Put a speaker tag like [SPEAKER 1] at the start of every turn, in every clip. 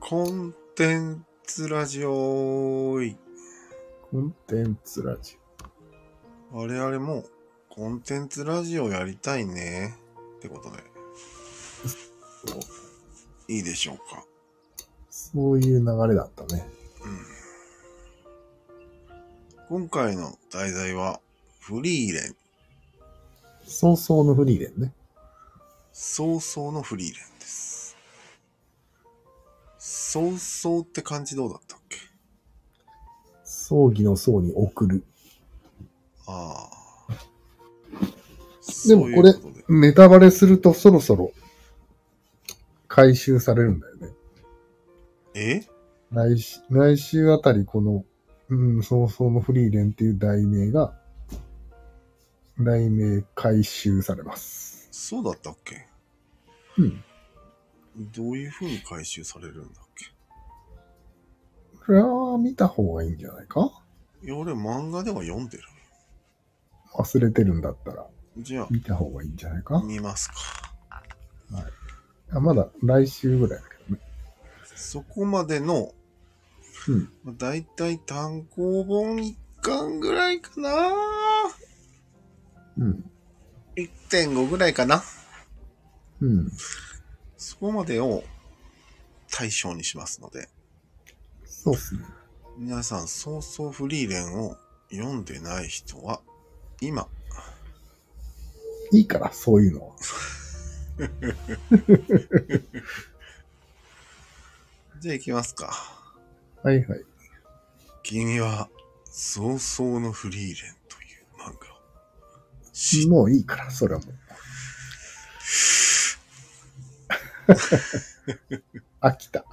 [SPEAKER 1] コンテンツラジオーい。
[SPEAKER 2] コンテンツラジ
[SPEAKER 1] 我々もコンテンツラジオやりたいね。ってことで。いいでしょうか。
[SPEAKER 2] オ。そういう流れだったね。
[SPEAKER 1] 今回の題材は、フリーレン。
[SPEAKER 2] 早々のフリーレンね。
[SPEAKER 1] 早々のフリーレンです。早々って漢字どうだったっけ
[SPEAKER 2] 葬儀の葬に送る。
[SPEAKER 1] ああ。
[SPEAKER 2] でもこれ
[SPEAKER 1] そういうとで
[SPEAKER 2] ネタバレするとそろそろ回収されるんだよね。
[SPEAKER 1] え
[SPEAKER 2] 来週、来週あたりこの、うん、早々のフリーレンっていう題名が、題名回収されます。
[SPEAKER 1] そうだったっけ
[SPEAKER 2] うん。
[SPEAKER 1] どういう風に回収されるんだっけ
[SPEAKER 2] これは見た方がいいんじゃないか
[SPEAKER 1] いや、俺漫画では読んでる。
[SPEAKER 2] 忘れてるんだったら
[SPEAKER 1] じゃ
[SPEAKER 2] 見た方がいいんじゃない
[SPEAKER 1] あ、
[SPEAKER 2] か
[SPEAKER 1] 見ますか。
[SPEAKER 2] あまだ来週ぐらいだけどね。
[SPEAKER 1] そこまでの、
[SPEAKER 2] うん。
[SPEAKER 1] だいたい単行本1巻ぐらいかな
[SPEAKER 2] うん。
[SPEAKER 1] ?1.5 ぐらいかな
[SPEAKER 2] うん。
[SPEAKER 1] そこまでを対象にしますので、
[SPEAKER 2] そうっすね。
[SPEAKER 1] 皆さん、早々フリーレンを読んでない人は、今、
[SPEAKER 2] いいから、そういうのは。
[SPEAKER 1] じゃあ行きますか。
[SPEAKER 2] はいはい。
[SPEAKER 1] 君は、早々のフリーレンという漫画を知っ
[SPEAKER 2] もういいから、それ はもう。飽きた。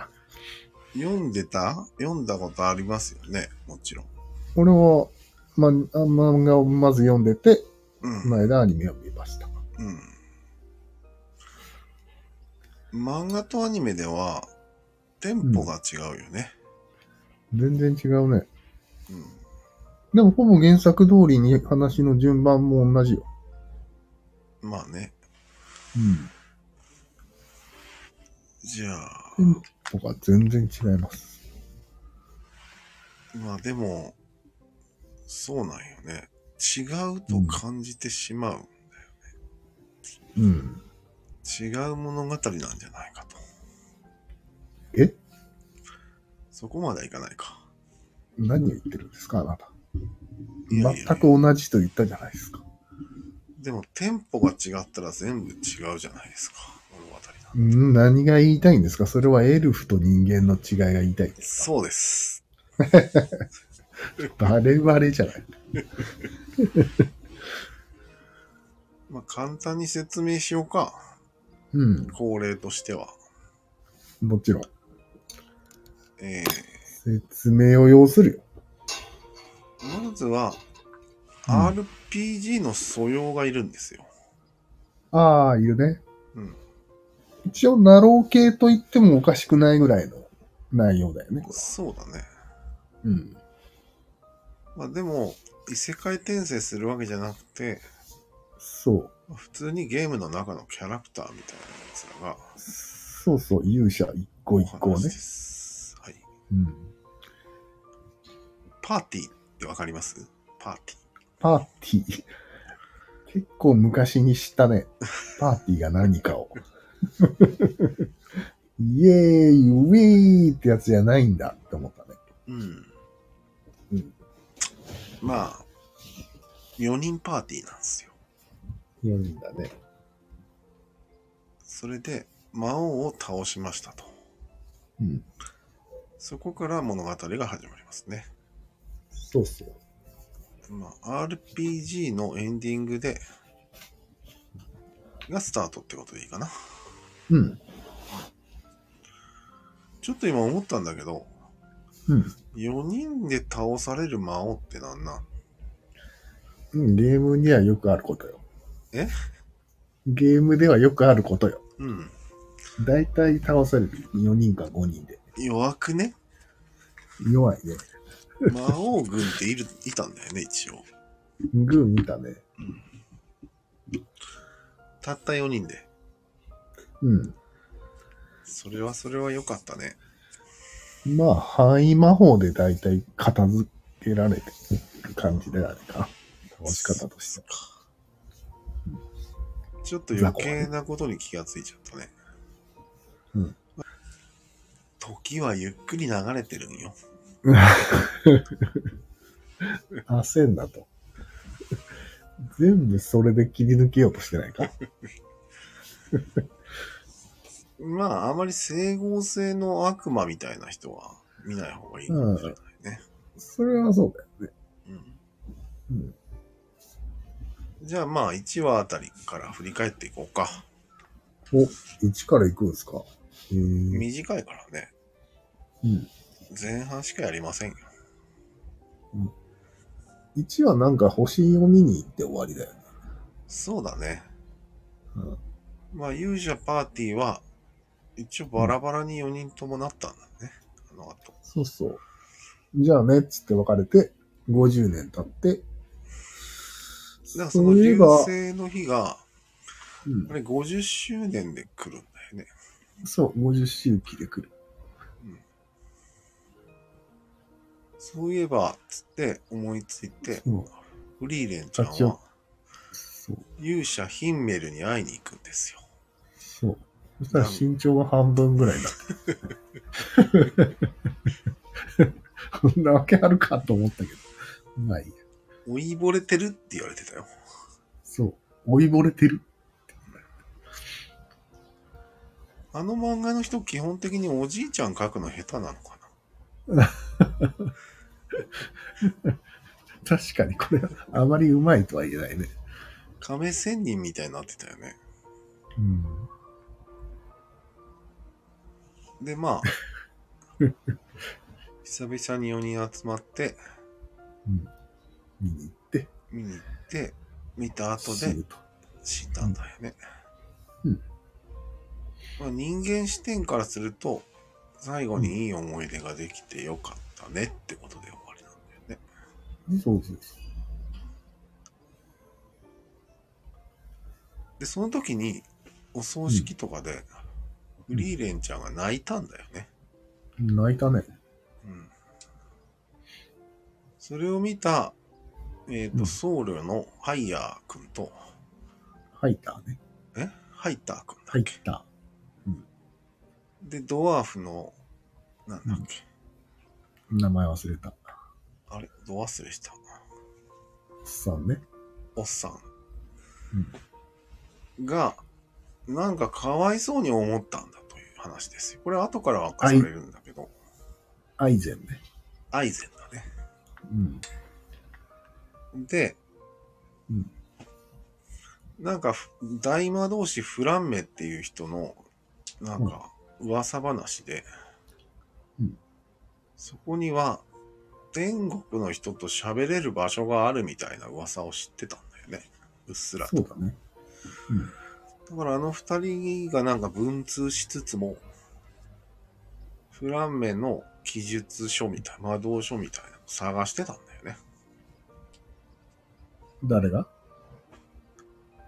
[SPEAKER 1] 読んでた読んだことありますよねもちろん。
[SPEAKER 2] 俺は、ま、あ漫画をまず読んでて、
[SPEAKER 1] うん。
[SPEAKER 2] この間アニメを見ました。
[SPEAKER 1] うん。漫画とアニメでは、テンポが違うよね。
[SPEAKER 2] 全然違うね。
[SPEAKER 1] うん。
[SPEAKER 2] でも、ほぼ原作通りに話の順番も同じよ。
[SPEAKER 1] まあね。
[SPEAKER 2] う
[SPEAKER 1] じゃあ、
[SPEAKER 2] ん。とか全然違います。
[SPEAKER 1] まあでも、そうなんよね。違うと感じてしまう。
[SPEAKER 2] うん。
[SPEAKER 1] 違う物語なんじゃないかと。
[SPEAKER 2] え
[SPEAKER 1] そこまではいかないか。
[SPEAKER 2] 何を言ってるんですか、あなた。
[SPEAKER 1] いやいやいや
[SPEAKER 2] 全く同じと言ったじゃないですか。
[SPEAKER 1] でも、テンポが違ったら全部違うじゃないですか。物語なんて
[SPEAKER 2] うん、何が言いたいんですかそれはエルフと人間の違いが言いたいんですか
[SPEAKER 1] そうです。
[SPEAKER 2] バレバレじゃない。
[SPEAKER 1] まあ、簡単に説明しようか。
[SPEAKER 2] うん、
[SPEAKER 1] 恒例としては。
[SPEAKER 2] もちろん。
[SPEAKER 1] え
[SPEAKER 2] 説明を要するよ。
[SPEAKER 1] ー、まずは、
[SPEAKER 2] うん
[SPEAKER 1] RPG の素養がいるんですよ。
[SPEAKER 2] ああ、いるね。
[SPEAKER 1] うん。
[SPEAKER 2] 一応、ナロー系と言ってもおかしくないぐらいの内容だよね、こ
[SPEAKER 1] そうだね。
[SPEAKER 2] れ。うん。
[SPEAKER 1] まあ、でも、異世界転生するわけじゃなくて、
[SPEAKER 2] そう。
[SPEAKER 1] まあ普通にゲームの中のキャラクターみたいなやつらが、
[SPEAKER 2] そうそう、勇者一個一個
[SPEAKER 1] お話
[SPEAKER 2] ね
[SPEAKER 1] で。すはい。
[SPEAKER 2] うん。
[SPEAKER 1] パーティーってわかりますパーティー。
[SPEAKER 2] パーティー。結構昔に知ったね。パーティーが何かを。イエーイ、ウィーってやつじゃないんだって思ったね。
[SPEAKER 1] うん。
[SPEAKER 2] うん
[SPEAKER 1] まあ、4人パーティーなんですよ。
[SPEAKER 2] 4人だね。
[SPEAKER 1] それで、魔王を倒しましたと。
[SPEAKER 2] うん。
[SPEAKER 1] そこから物語が始まりますね。
[SPEAKER 2] そうそう。
[SPEAKER 1] まあ、RPG のエンディングで、がスタートってことでいいかな。
[SPEAKER 2] うん。
[SPEAKER 1] ちょっと今思ったんだけど、
[SPEAKER 2] うん。
[SPEAKER 1] 4人で倒される魔王ってなんなん
[SPEAKER 2] うん、ゲームにはよくあることよ。
[SPEAKER 1] え
[SPEAKER 2] ゲームではよくあることよ。
[SPEAKER 1] うん。
[SPEAKER 2] だいたい倒される。4人か5人で。
[SPEAKER 1] 弱くね
[SPEAKER 2] 弱いね。
[SPEAKER 1] 魔王軍っているいたんだよね、一応。
[SPEAKER 2] グー見たね。
[SPEAKER 1] たった4人で。
[SPEAKER 2] うん。
[SPEAKER 1] それはそれは良かったね。
[SPEAKER 2] まあ、範囲魔法で大体片付けられてる感じであれか。倒し方として。
[SPEAKER 1] ちょっと余計なことに気がついちゃったね。
[SPEAKER 2] うん。
[SPEAKER 1] 時はゆっくり流れてるんよ。
[SPEAKER 2] 焦んなと。全部それで切り抜けようとしてないか。
[SPEAKER 1] まあ、あまり整合性の悪魔みたいな人は見ない方がいいかもしれないね。
[SPEAKER 2] それはそうだよね。
[SPEAKER 1] うん。
[SPEAKER 2] うん。
[SPEAKER 1] じゃあまあ、1話あたりから振り返っていこうか。
[SPEAKER 2] お、一から行くんですかえー、
[SPEAKER 1] 短いからね。
[SPEAKER 2] うん。
[SPEAKER 1] 前半しかやりませんよ。
[SPEAKER 2] 一はなんか星を見に行って終わりだよね。
[SPEAKER 1] そうだね。
[SPEAKER 2] うん
[SPEAKER 1] まあ、勇者パーティーは、一応バラバラに4人ともなったんだね。あの後。
[SPEAKER 2] そうそう。じゃあね、っつって別れて、50年経って、
[SPEAKER 1] だからその
[SPEAKER 2] そういえ
[SPEAKER 1] 流
[SPEAKER 2] ば
[SPEAKER 1] 星の日が、
[SPEAKER 2] うん
[SPEAKER 1] あれ50周年で来るんだよね。
[SPEAKER 2] そう、50周期で来る。
[SPEAKER 1] そういえば、つって思いついて、
[SPEAKER 2] うん
[SPEAKER 1] フリーレンちゃん
[SPEAKER 2] あ違う
[SPEAKER 1] は
[SPEAKER 2] そう、
[SPEAKER 1] 勇者ヒンメルに会いに行くんですよ。
[SPEAKER 2] そう。そしたら身長が半分ぐらいだ。そんなわけあるかと思ったけど。まあいいや。
[SPEAKER 1] 追いぼれてるって言われてたよ。
[SPEAKER 2] そう。追いぼれてる。
[SPEAKER 1] あの漫画の人、基本的におじいちゃん描くの下手なのか
[SPEAKER 2] 確かにこれはあまりうまいとは言えないね。
[SPEAKER 1] な。亀仙人みたいになってたよね。
[SPEAKER 2] うん。
[SPEAKER 1] で、まあ、 久々に4人集まって、
[SPEAKER 2] うん。見に行って、
[SPEAKER 1] 見に行って、見た後
[SPEAKER 2] 死
[SPEAKER 1] で
[SPEAKER 2] ぬと。
[SPEAKER 1] 死んだんだよね。
[SPEAKER 2] うん
[SPEAKER 1] まあ、人間視点からすると、最後にいい思い出ができてよかったねってことで終わりなんだよね。
[SPEAKER 2] そうそうそ
[SPEAKER 1] で、その時に、お葬式とかで、フリーレンちゃんが泣いたんだよね。
[SPEAKER 2] う。泣いたね。
[SPEAKER 1] うん。それを見た、えっ、と、
[SPEAKER 2] うん
[SPEAKER 1] 僧侶のハイヤー君と、
[SPEAKER 2] 吐いたね。
[SPEAKER 1] えハイター君だ
[SPEAKER 2] 吐
[SPEAKER 1] っ
[SPEAKER 2] い
[SPEAKER 1] け、
[SPEAKER 2] た。
[SPEAKER 1] で、ドワーフの、なんだっけ、
[SPEAKER 2] 名前忘れた。
[SPEAKER 1] あれド忘れした。
[SPEAKER 2] さんね。
[SPEAKER 1] おっさんが、なんかかわいそうに思ったんだという話ですよ。これ後から明かされるんだけど、
[SPEAKER 2] アイゼンね。
[SPEAKER 1] アイゼンだね。
[SPEAKER 2] うん。
[SPEAKER 1] で、
[SPEAKER 2] うん
[SPEAKER 1] なんかふ大魔同士フランメっていう人の、なんか噂話で、
[SPEAKER 2] うん
[SPEAKER 1] そこには天国の人と喋れる場所があるみたいな噂を知ってたんだよね。うっすらと
[SPEAKER 2] そうだね。うん。
[SPEAKER 1] だからあの二人がなんか文通しつつも、フランメの記述書みたい、魔導書みたいなのを探してたんだよね。
[SPEAKER 2] 誰が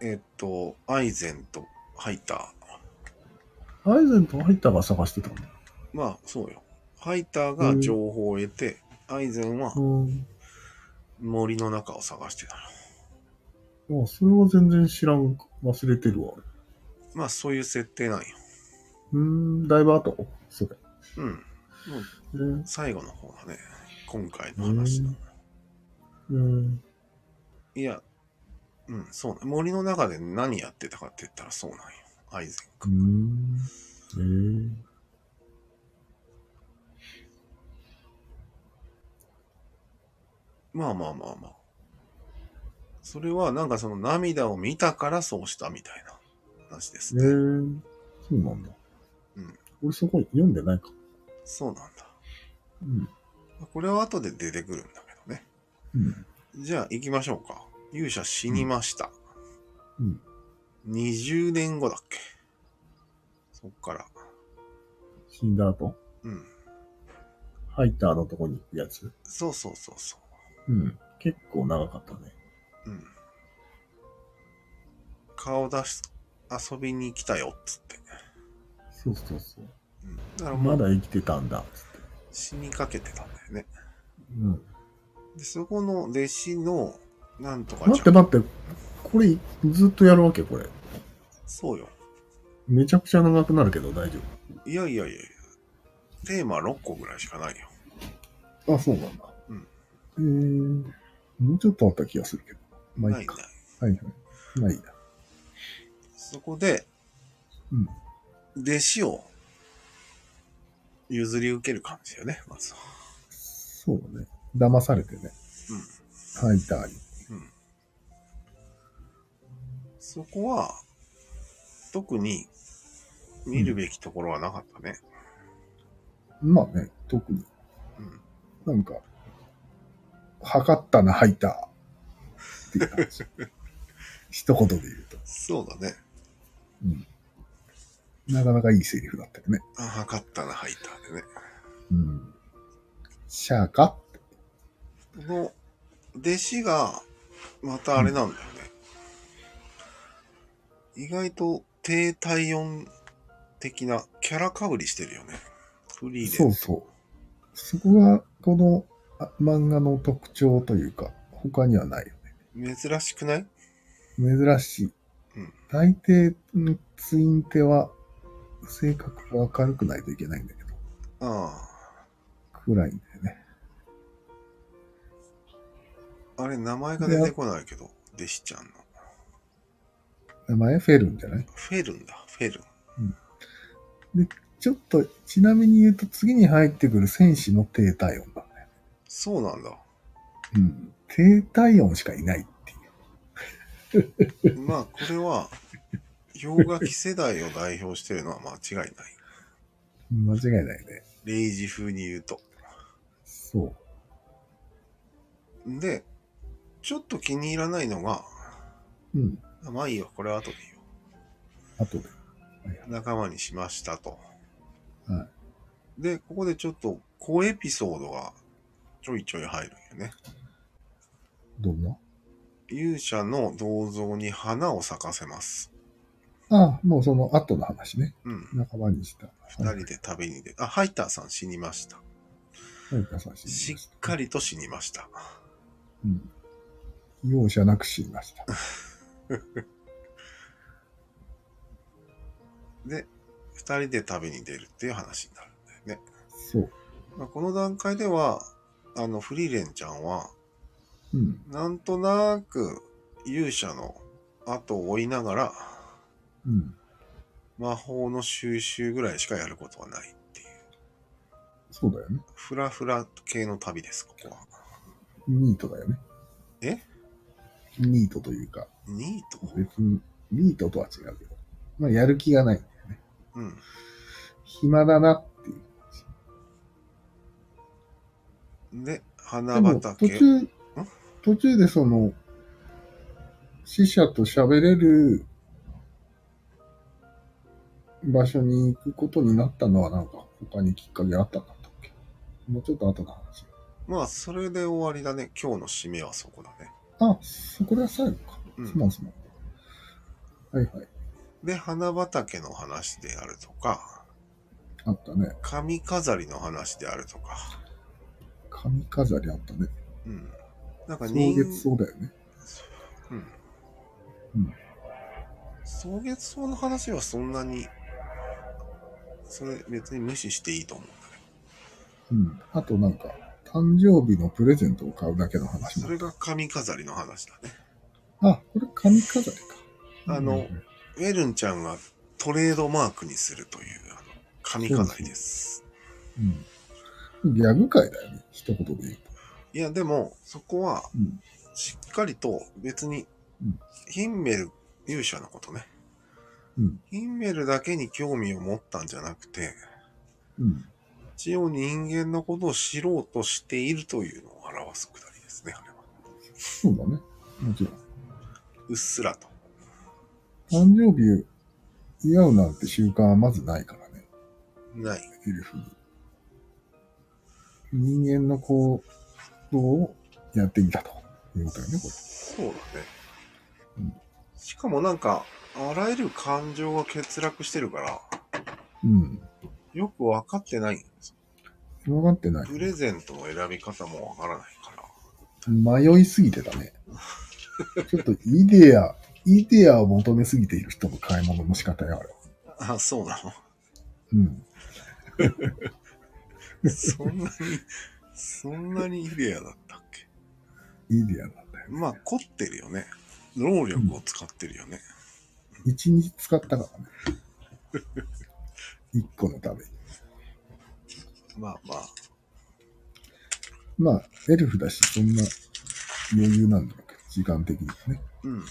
[SPEAKER 1] えっと、アイゼンとハイター。
[SPEAKER 2] アイゼンとハイターが探してたの
[SPEAKER 1] まあ、そうよ。ハイターが情報を得て、アイゼンは
[SPEAKER 2] うん。
[SPEAKER 1] 森の中を探してたの。
[SPEAKER 2] あ、それは全然知らん。忘れてるわ。
[SPEAKER 1] まあ、そういう設定なんよ。
[SPEAKER 2] うーん、だいぶ後それ。
[SPEAKER 1] うん。もう
[SPEAKER 2] うん。
[SPEAKER 1] 最後の方だね。今回の話の。
[SPEAKER 2] うん。
[SPEAKER 1] いや、うん、そうな森の中で何やってたかって言ったらそうなんよ。アイゼン
[SPEAKER 2] う
[SPEAKER 1] が。
[SPEAKER 2] ん。ええ
[SPEAKER 1] まあまあまあまあ。それはなんかその涙を見たからそうしたみたいな話です
[SPEAKER 2] ええ
[SPEAKER 1] ね。
[SPEAKER 2] そうなんだ。
[SPEAKER 1] うん。
[SPEAKER 2] 俺そこ読んでないか。
[SPEAKER 1] そうなんだ。
[SPEAKER 2] うん。
[SPEAKER 1] まあこれは後で出てくるんだけどね。
[SPEAKER 2] うん。
[SPEAKER 1] じゃあ行きましょうか。勇者死にました。
[SPEAKER 2] うん。
[SPEAKER 1] 20年後だっけそっから。
[SPEAKER 2] 死んだ後、
[SPEAKER 1] うん。
[SPEAKER 2] ハイターのとこに行くやつ。
[SPEAKER 1] そうそうそうそ
[SPEAKER 2] うん。結構長かったね。
[SPEAKER 1] う。うん。顔出し遊びに来たよ、っつって。
[SPEAKER 2] そうそうそう。
[SPEAKER 1] うん。だからも
[SPEAKER 2] ま
[SPEAKER 1] う
[SPEAKER 2] だ生きてたんだ、つって。
[SPEAKER 1] 死にかけてたんだよね。
[SPEAKER 2] うん。
[SPEAKER 1] で、そこの弟子の、なんとか
[SPEAKER 2] 待って待って、これずっとやるわけこれ。
[SPEAKER 1] そうよ。
[SPEAKER 2] めちゃくちゃ長くなるけど大丈
[SPEAKER 1] いやいやいやいやテーマ6個ぐらいしかないよ。
[SPEAKER 2] 夫。あ、そうなんだ。うん。えー、もうちょっとあった気がするけど。まあ
[SPEAKER 1] ない
[SPEAKER 2] い
[SPEAKER 1] い
[SPEAKER 2] い
[SPEAKER 1] な
[SPEAKER 2] か
[SPEAKER 1] い。。
[SPEAKER 2] はいはい。まあいいや。
[SPEAKER 1] そこで、
[SPEAKER 2] うん
[SPEAKER 1] 弟子を譲り受ける感じだよね、まずは。
[SPEAKER 2] そうだね。騙されてね。はい、たい。
[SPEAKER 1] そこは、特に見るべきところはなかったね。
[SPEAKER 2] まあね、特に。
[SPEAKER 1] うん
[SPEAKER 2] なんか、測ったな、吐いた。っていう 感じ。一言で言うと。
[SPEAKER 1] そうだね。
[SPEAKER 2] なかなかいいセリフだったよね。
[SPEAKER 1] あ、測ったな、ハイターでね。
[SPEAKER 2] うん。シャーか
[SPEAKER 1] この、弟子が、またあれなんだよね。意外と低体温的なキャラかぶりしてるよね。フリーで。
[SPEAKER 2] そうそう。そこが、このあ漫画の特徴というか、他にはないよね。
[SPEAKER 1] 珍しくない
[SPEAKER 2] 珍しい
[SPEAKER 1] うん。
[SPEAKER 2] 大抵、うんツインテは、性格が明るくないといけないんだけど、
[SPEAKER 1] あ
[SPEAKER 2] 暗いんだよね。
[SPEAKER 1] あ。あれ、名前が出てこないけど、弟子ちゃんの。
[SPEAKER 2] 名前フェルンじゃない
[SPEAKER 1] フェルンだ、フェルン。
[SPEAKER 2] ちょっと、ちなみに言うと、次に入ってくる戦士の低体温だね。
[SPEAKER 1] そうなんだ。
[SPEAKER 2] うん。低体温しかいないっていう。
[SPEAKER 1] まあ、これは、氷河期世代を代表してるのは間違いない。
[SPEAKER 2] 間違いないね。
[SPEAKER 1] レイジ風に言うと。
[SPEAKER 2] そう。
[SPEAKER 1] で、ちょっと気に入らないのが、
[SPEAKER 2] うん。
[SPEAKER 1] あまあいいよ、これは後でいいよ。
[SPEAKER 2] あとで。
[SPEAKER 1] 仲間にしましたと。
[SPEAKER 2] は
[SPEAKER 1] で、ここでちょっと、小エピソードがちょいちょい入るんよね。
[SPEAKER 2] どんな
[SPEAKER 1] 勇者の銅像に花を咲かせます。
[SPEAKER 2] ああ、もうその後の話ね。
[SPEAKER 1] うん。
[SPEAKER 2] 仲間にした。
[SPEAKER 1] 二人で旅に出て、あ、ハイターさん死にました。
[SPEAKER 2] はい、優しい。
[SPEAKER 1] しっかりと死にました。
[SPEAKER 2] うん。容赦なく死にました。
[SPEAKER 1] で、二人で旅に出るっていう話になるんだよね。
[SPEAKER 2] そう。
[SPEAKER 1] まあ、この段階では、あの、フリーレンちゃんは、
[SPEAKER 2] うん。
[SPEAKER 1] なんとなく勇者の後を追いながら、
[SPEAKER 2] うん。
[SPEAKER 1] 魔法の収集ぐらいしかやることはないっていう。
[SPEAKER 2] そうだよね。
[SPEAKER 1] フラフラ系の旅です、ここは。
[SPEAKER 2] ニートだよね。
[SPEAKER 1] え
[SPEAKER 2] ニートというか、
[SPEAKER 1] ニート
[SPEAKER 2] 別に、ニートとは違うけど。まあ、やる気がない。
[SPEAKER 1] うん。
[SPEAKER 2] 暇だなっていう。
[SPEAKER 1] で、
[SPEAKER 2] で
[SPEAKER 1] 花
[SPEAKER 2] も途
[SPEAKER 1] 畑。
[SPEAKER 2] 中、途中でその、死者と喋れる場所に行くことになったのはなんか他にきっかけあったんだったっけもうちょっと後の話。
[SPEAKER 1] まあ、それで終わりだね。今日の締めはそこだね。
[SPEAKER 2] あ、そこが最後か。
[SPEAKER 1] うん
[SPEAKER 2] すまんすまん。はいはい。
[SPEAKER 1] で、花畑の話であるとか、
[SPEAKER 2] あったね。
[SPEAKER 1] 髪飾りの話であるとか、
[SPEAKER 2] 髪飾りあったね。
[SPEAKER 1] うん。なんか
[SPEAKER 2] 草
[SPEAKER 1] 人
[SPEAKER 2] 月草だよね。
[SPEAKER 1] うん。
[SPEAKER 2] うん
[SPEAKER 1] 草月草の話はそんなに、それ別に無視していいと思うんだ
[SPEAKER 2] うん。あとなんか、誕生日のプレゼントを買うだけの
[SPEAKER 1] け
[SPEAKER 2] 話
[SPEAKER 1] ど、そ
[SPEAKER 2] も。
[SPEAKER 1] れが髪飾りの話だね。
[SPEAKER 2] あ、これ髪飾りか。
[SPEAKER 1] あ
[SPEAKER 2] うん
[SPEAKER 1] の、ウェルンちゃんがトレードマークにするという、あの、髪飾りです。
[SPEAKER 2] うん。ギャグ界だよね。一言で言うと。
[SPEAKER 1] いや、でも、そこは
[SPEAKER 2] うん。
[SPEAKER 1] しっかりと別に
[SPEAKER 2] うん、
[SPEAKER 1] ヒンメル勇者のことね。
[SPEAKER 2] うん
[SPEAKER 1] ヒンメルだけに興味を持ったんじゃなくて、
[SPEAKER 2] うん。
[SPEAKER 1] 一応人間のことを知ろうとしているというのを表すくだりですね、あれは。
[SPEAKER 2] そうだね。もちろん。
[SPEAKER 1] うっすらと。
[SPEAKER 2] 誕生日祝うなんて習慣はまずないからね。
[SPEAKER 1] ない。
[SPEAKER 2] エルフに。人間の行動をやってみたということだよね、これ。
[SPEAKER 1] そうだね。
[SPEAKER 2] うん
[SPEAKER 1] しかもなんか、あらゆる感情が欠落してるから、
[SPEAKER 2] うん。
[SPEAKER 1] よく分かってないんです。
[SPEAKER 2] 分かってない。
[SPEAKER 1] プレゼントの選び方も分からないから。
[SPEAKER 2] 迷いすぎてたね。ちょっとイデア、イデアを求めすぎている人の買い物の仕方や、あれは。
[SPEAKER 1] あ、そうな
[SPEAKER 2] うん。
[SPEAKER 1] のそんなに、そんなにイデアだったっけ
[SPEAKER 2] イデアなんだよ。
[SPEAKER 1] まあ、凝ってるよね。労力を使ってるよね。
[SPEAKER 2] 一日使ったからね。一個のために。
[SPEAKER 1] まあまあ、
[SPEAKER 2] まあ、エルフだし、そんな余裕なんだろうけど、時間的にはね。
[SPEAKER 1] うん。
[SPEAKER 2] い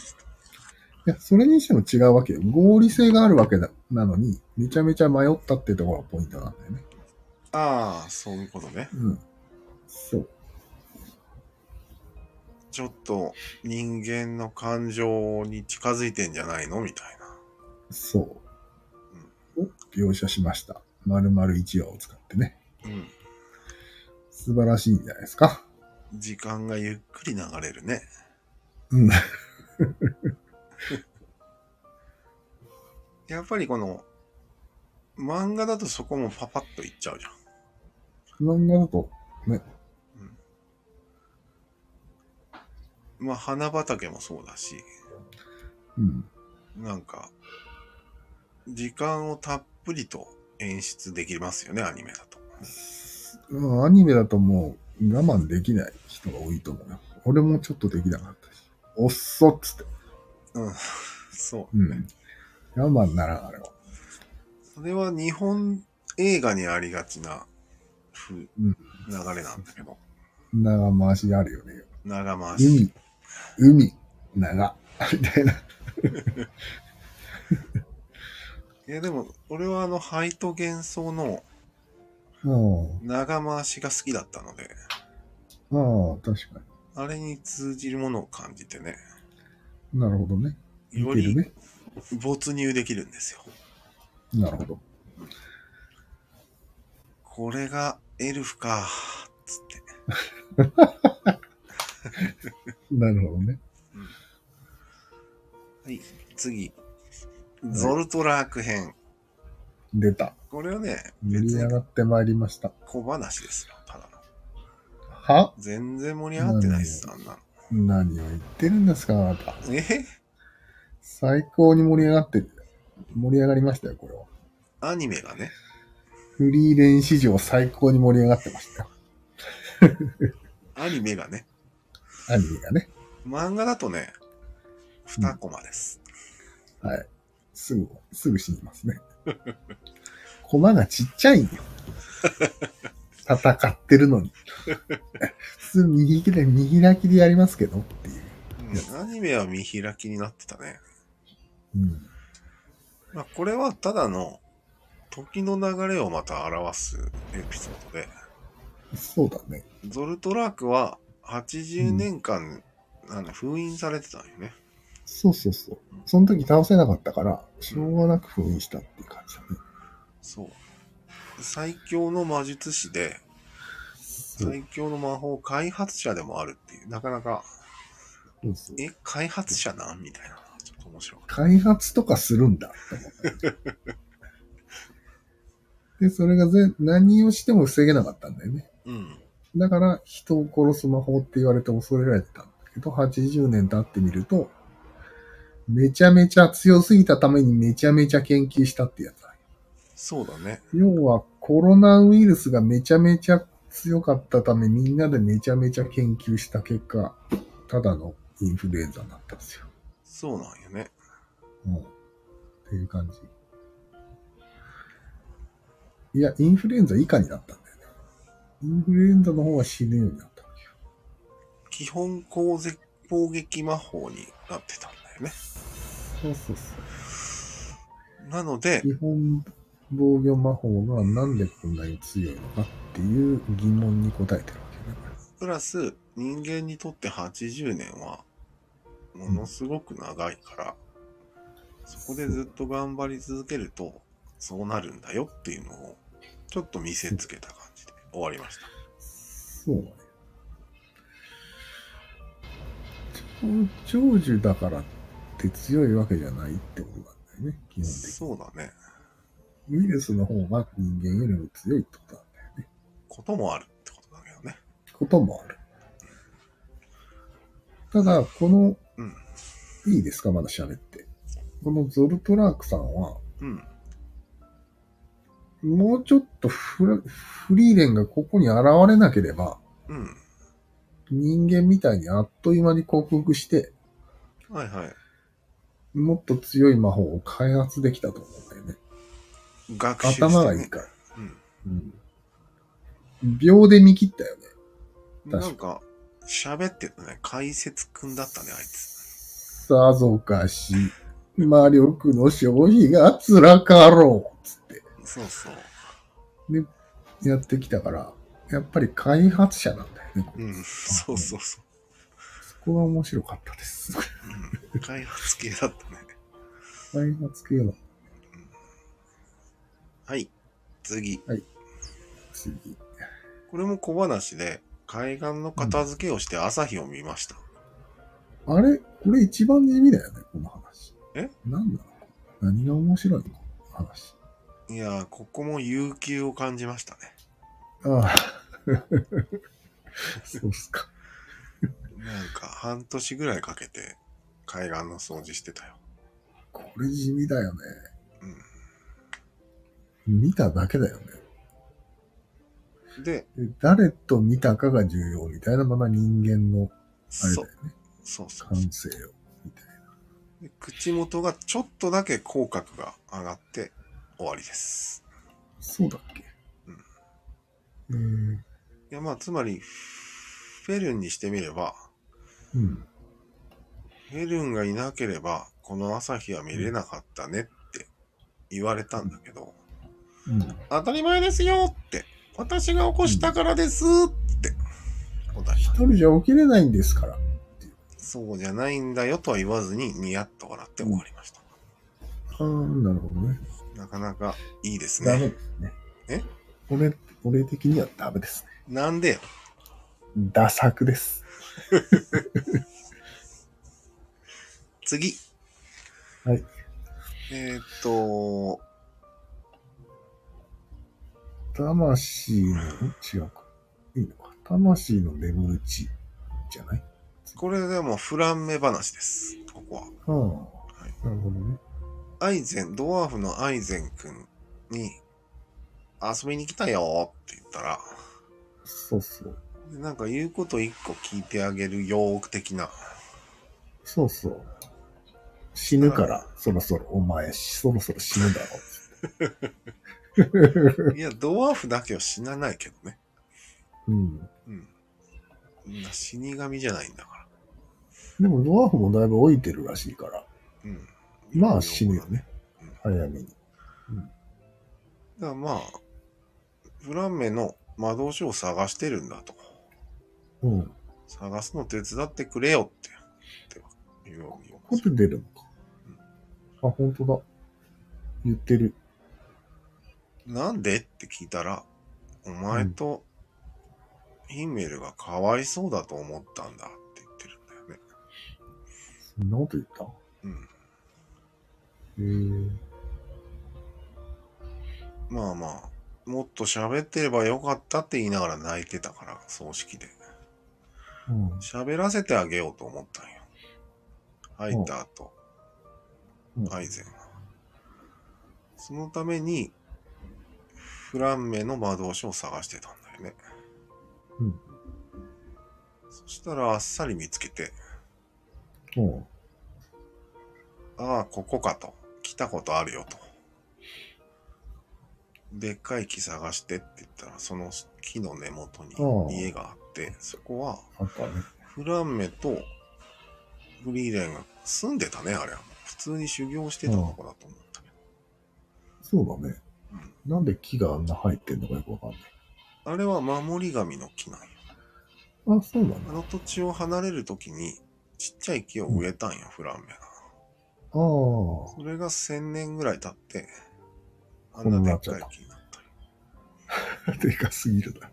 [SPEAKER 2] や、それにしても違うわけよ。合理性があるわけだなのに、めちゃめちゃ迷ったってところがポイントなんだよね。
[SPEAKER 1] ああ、そういうことね。
[SPEAKER 2] うん。そう。
[SPEAKER 1] ちょっと人間の感情に近づいてんじゃないのみたいな。
[SPEAKER 2] そう。を描写しました。丸々1話を使ってね。
[SPEAKER 1] うん。
[SPEAKER 2] 素晴らしいんじゃないですか。
[SPEAKER 1] 時間がゆっくり流れるね。
[SPEAKER 2] うん。
[SPEAKER 1] やっぱりこの、漫画だとそこもパパッといっちゃうじゃん。
[SPEAKER 2] 漫画だと、
[SPEAKER 1] まあ、花畑もそうだし、
[SPEAKER 2] うん。
[SPEAKER 1] なんか、時間をたっぷりと演出できますよね、アニメだと。
[SPEAKER 2] うんアニメだともう我慢できない人が多いと思うよ。俺もちょっとできなかったし。おっそっつって。
[SPEAKER 1] うん、そう。
[SPEAKER 2] うん。我慢ならん、あれは。
[SPEAKER 1] それは日本映画にありがちな風流
[SPEAKER 2] うん
[SPEAKER 1] れなんだけど、
[SPEAKER 2] 長回しあるよね。
[SPEAKER 1] 長回し。
[SPEAKER 2] 海、海、長、みたいな。
[SPEAKER 1] いや、でも、俺はあの、灰と幻想の
[SPEAKER 2] うん。
[SPEAKER 1] 長回しが好きだったので、
[SPEAKER 2] ああ、確か
[SPEAKER 1] あれに通じるものを感じてね、
[SPEAKER 2] に。なるほどね。
[SPEAKER 1] よ
[SPEAKER 2] いける
[SPEAKER 1] り
[SPEAKER 2] ね。
[SPEAKER 1] 没入できるんですよ。
[SPEAKER 2] なるほど。
[SPEAKER 1] これがエルフか、つって。
[SPEAKER 2] なるほどね。
[SPEAKER 1] はい、次。ゾルトラーク編。
[SPEAKER 2] 出た。
[SPEAKER 1] これはね、
[SPEAKER 2] 盛り
[SPEAKER 1] 別
[SPEAKER 2] 上
[SPEAKER 1] に
[SPEAKER 2] がってまいりました。
[SPEAKER 1] 小話ですよ、ただの。
[SPEAKER 2] は
[SPEAKER 1] 全然盛り上がってないっす、あんなの。
[SPEAKER 2] 何を言ってるんですか、あなた。
[SPEAKER 1] え
[SPEAKER 2] 最高に盛り上がってる。盛り上がりましたよ、これは。
[SPEAKER 1] アニメがね。
[SPEAKER 2] フリーレン史上最高に盛り上がってましたよ。
[SPEAKER 1] アニメがね。
[SPEAKER 2] アニメがね。
[SPEAKER 1] 漫画だとね、2コマです。
[SPEAKER 2] はい。すぐ、すぐ死にますね。コマがちっちゃいんよ。戦ってるのに。 普通右開きで、右開きでやりますけどっていう。
[SPEAKER 1] うんアニメは見開きになってたね。
[SPEAKER 2] うん。
[SPEAKER 1] まあ、これはただの時の流れをまた表すエピソードで、
[SPEAKER 2] そうだね。
[SPEAKER 1] ゾルトラークは80年間、あの封印されてたんよね。
[SPEAKER 2] そうそうそう。その時倒せなかったから、しょうがなく封印したっていう感じだね。
[SPEAKER 1] そう。最強の魔術師で、
[SPEAKER 2] そう
[SPEAKER 1] 最強の魔法開発者でもあるっていう、なかなか、
[SPEAKER 2] そうそう
[SPEAKER 1] え、開発者なんみたいな。ちょっと面白かっ
[SPEAKER 2] 開発とかするんだ って思った。で、それがぜ何をしても防げなかったんだよね。
[SPEAKER 1] た。うん。
[SPEAKER 2] だから、人を殺す魔法って言われて恐れられてたんだけど、80年経ってみると、めちゃめちゃ強すぎたためにめちゃめちゃ研究したってやつだ
[SPEAKER 1] そうだね。
[SPEAKER 2] 要はコロナウイルスがめちゃめちゃ強かったためみんなでめちゃめちゃ研究した結果、ただのインフルエンザになったんですよ。
[SPEAKER 1] そうなんよね。
[SPEAKER 2] うん。っていう感じ。いや、インフルエンザ以下になったんだよね。インフルエンザの方は死ぬようになったんだよ。
[SPEAKER 1] 基本攻撃攻撃魔法になってたんだよね。
[SPEAKER 2] そうそうそう。
[SPEAKER 1] なので、
[SPEAKER 2] 基本防御魔法がなんでこんなに強いのかっていう疑問に答えてるわけね。
[SPEAKER 1] プラス人間にとって80年はものすごく長いから、そこでずっと頑張り続けるとそうなるんだよっていうのをちょっと見せつけた感じで終わりました。
[SPEAKER 2] そうね。長寿だからってて強いわけじゃないってことなんだよね、基本的に。
[SPEAKER 1] そうだね。
[SPEAKER 2] ウイルスの方が人間よりも強いってことなんだよね。
[SPEAKER 1] こともあるってことだけどね。
[SPEAKER 2] こともある。ただ、この、
[SPEAKER 1] うん。
[SPEAKER 2] いいですか、まだ喋って。このゾルトラークさんは、
[SPEAKER 1] うん。
[SPEAKER 2] もうちょっとフラフリーレンがここに現れなければ、
[SPEAKER 1] うん。
[SPEAKER 2] 人間みたいにあっという間に克服して、
[SPEAKER 1] はいはい。
[SPEAKER 2] もっと強い魔法を開発できたと思うんだよね。
[SPEAKER 1] 学習して、ね。
[SPEAKER 2] 頭がいいから。
[SPEAKER 1] うん。
[SPEAKER 2] うん。秒で見切ったよね。確か
[SPEAKER 1] なんか、喋ってたね。解説くんだったね、あいつ。
[SPEAKER 2] さぞかし、魔力の消費が辛かろう。つって
[SPEAKER 1] そうそう。
[SPEAKER 2] やってきたから、やっぱり開発者なんだよね。
[SPEAKER 1] うん。そうそうそ
[SPEAKER 2] そこが面白かったです。
[SPEAKER 1] う。うん、開発系だったね。
[SPEAKER 2] 開発系の
[SPEAKER 1] はい。次。
[SPEAKER 2] 次。
[SPEAKER 1] これも小話で、海岸の片付けをして朝日を見ました。
[SPEAKER 2] あれこれ一番地味だよね、この話。
[SPEAKER 1] え
[SPEAKER 2] なんだ何が面白いのこの話。
[SPEAKER 1] いやー、ここも悠久を感じましたね。
[SPEAKER 2] あ あ。そうっすか。
[SPEAKER 1] なんか、半年ぐらいかけて、海岸の掃除してたよ。
[SPEAKER 2] これ地味だよね。
[SPEAKER 1] う
[SPEAKER 2] 見ただけだよね。
[SPEAKER 1] ん。で、
[SPEAKER 2] で誰と見たかが重要みたいなまま人間のあれだ
[SPEAKER 1] そ
[SPEAKER 2] よ
[SPEAKER 1] う、
[SPEAKER 2] ね。
[SPEAKER 1] そうそう。
[SPEAKER 2] 感性を。みたいな。
[SPEAKER 1] で口元がちょっとだけ口角が上がって終わりです。
[SPEAKER 2] そうだっけうん。
[SPEAKER 1] いや、まあ、つまり、フェルンにしてみれば、
[SPEAKER 2] うん。
[SPEAKER 1] フェルンがいなければ、この朝日は見れなかったねって言われたんだけど、
[SPEAKER 2] うん。
[SPEAKER 1] 当たり前ですよって、私が起こしたからですって答え
[SPEAKER 2] 一
[SPEAKER 1] た。
[SPEAKER 2] 人じゃ起きれないんですから。
[SPEAKER 1] そうじゃないんだよとは言わずに、ニヤッと笑って終わりました。
[SPEAKER 2] ああ、なるほどね。
[SPEAKER 1] なかなかいいです
[SPEAKER 2] ダ
[SPEAKER 1] ね。
[SPEAKER 2] メですね。
[SPEAKER 1] え
[SPEAKER 2] 俺、俺的にはダメですね。
[SPEAKER 1] なんでよ。
[SPEAKER 2] ダ作です。
[SPEAKER 1] 次。
[SPEAKER 2] はい。
[SPEAKER 1] えーっと、
[SPEAKER 2] 魂の、違うか。いいのか。魂の眠る地じゃない
[SPEAKER 1] これでもフランメ話です。ここは。
[SPEAKER 2] ああ、
[SPEAKER 1] い
[SPEAKER 2] なるほどね。
[SPEAKER 1] アイゼン、ドワーフのアイゼン君に遊びに来たよって言ったら、
[SPEAKER 2] そうそう。
[SPEAKER 1] でなんか言うこと一個聞いてあげるよーく的 な。
[SPEAKER 2] そうそう。死ぬから、そろそろ、お前、そろそろ死ぬだろう。
[SPEAKER 1] いや、ドワーフだけは死なないけどね。
[SPEAKER 2] うん。
[SPEAKER 1] うん。みんな死神じゃないんだから。
[SPEAKER 2] でも、ドワーフもだいぶ老いてるらしいから、
[SPEAKER 1] うん。
[SPEAKER 2] まあ死ぬよね。早めに。
[SPEAKER 1] だからまあ、フランメの魔導書を探してるんだと。
[SPEAKER 2] うん。
[SPEAKER 1] 探すの手伝ってくれよって。っていうように言おう
[SPEAKER 2] ここで出るのか。あ、本当だ。言ってる。
[SPEAKER 1] なんでって聞いたら、お前とヒンメルがかわいそうだと思ったんだって言ってるんだよね。
[SPEAKER 2] そんなこと言った
[SPEAKER 1] うん。
[SPEAKER 2] へえ。
[SPEAKER 1] まあまあ、もっと喋ってればよかったって言いながら泣いてたから、葬式で。
[SPEAKER 2] うん。
[SPEAKER 1] 喋らせてあげようと思ったんよ。ハイターと
[SPEAKER 2] うん
[SPEAKER 1] アイゼンは。そのために、フランメの魔導書を探してたんだよね。
[SPEAKER 2] うん。
[SPEAKER 1] そしたらあっさり見つけて、
[SPEAKER 2] うん。
[SPEAKER 1] ああ、ここかと。来たことあるよと。でっかい木探してって言ったら、その木の根元に
[SPEAKER 2] ああ
[SPEAKER 1] 家があって、そこは
[SPEAKER 2] あったね。
[SPEAKER 1] フランメとフリーレンが住んでたね、あれは。普通に修行してたとこだと思ったけど。
[SPEAKER 2] そうだね
[SPEAKER 1] うん。
[SPEAKER 2] なんで木があんな入ってんのかよくわかんない。
[SPEAKER 1] あれは守り神の木なんよ。
[SPEAKER 2] あ、そうだね。
[SPEAKER 1] あの土地を離れるときにちっちゃい木を植えたんよ、フランメが。
[SPEAKER 2] ああ、
[SPEAKER 1] それが1000年ぐらい経って、あんなでっかい木になったり。
[SPEAKER 2] でかすぎるな。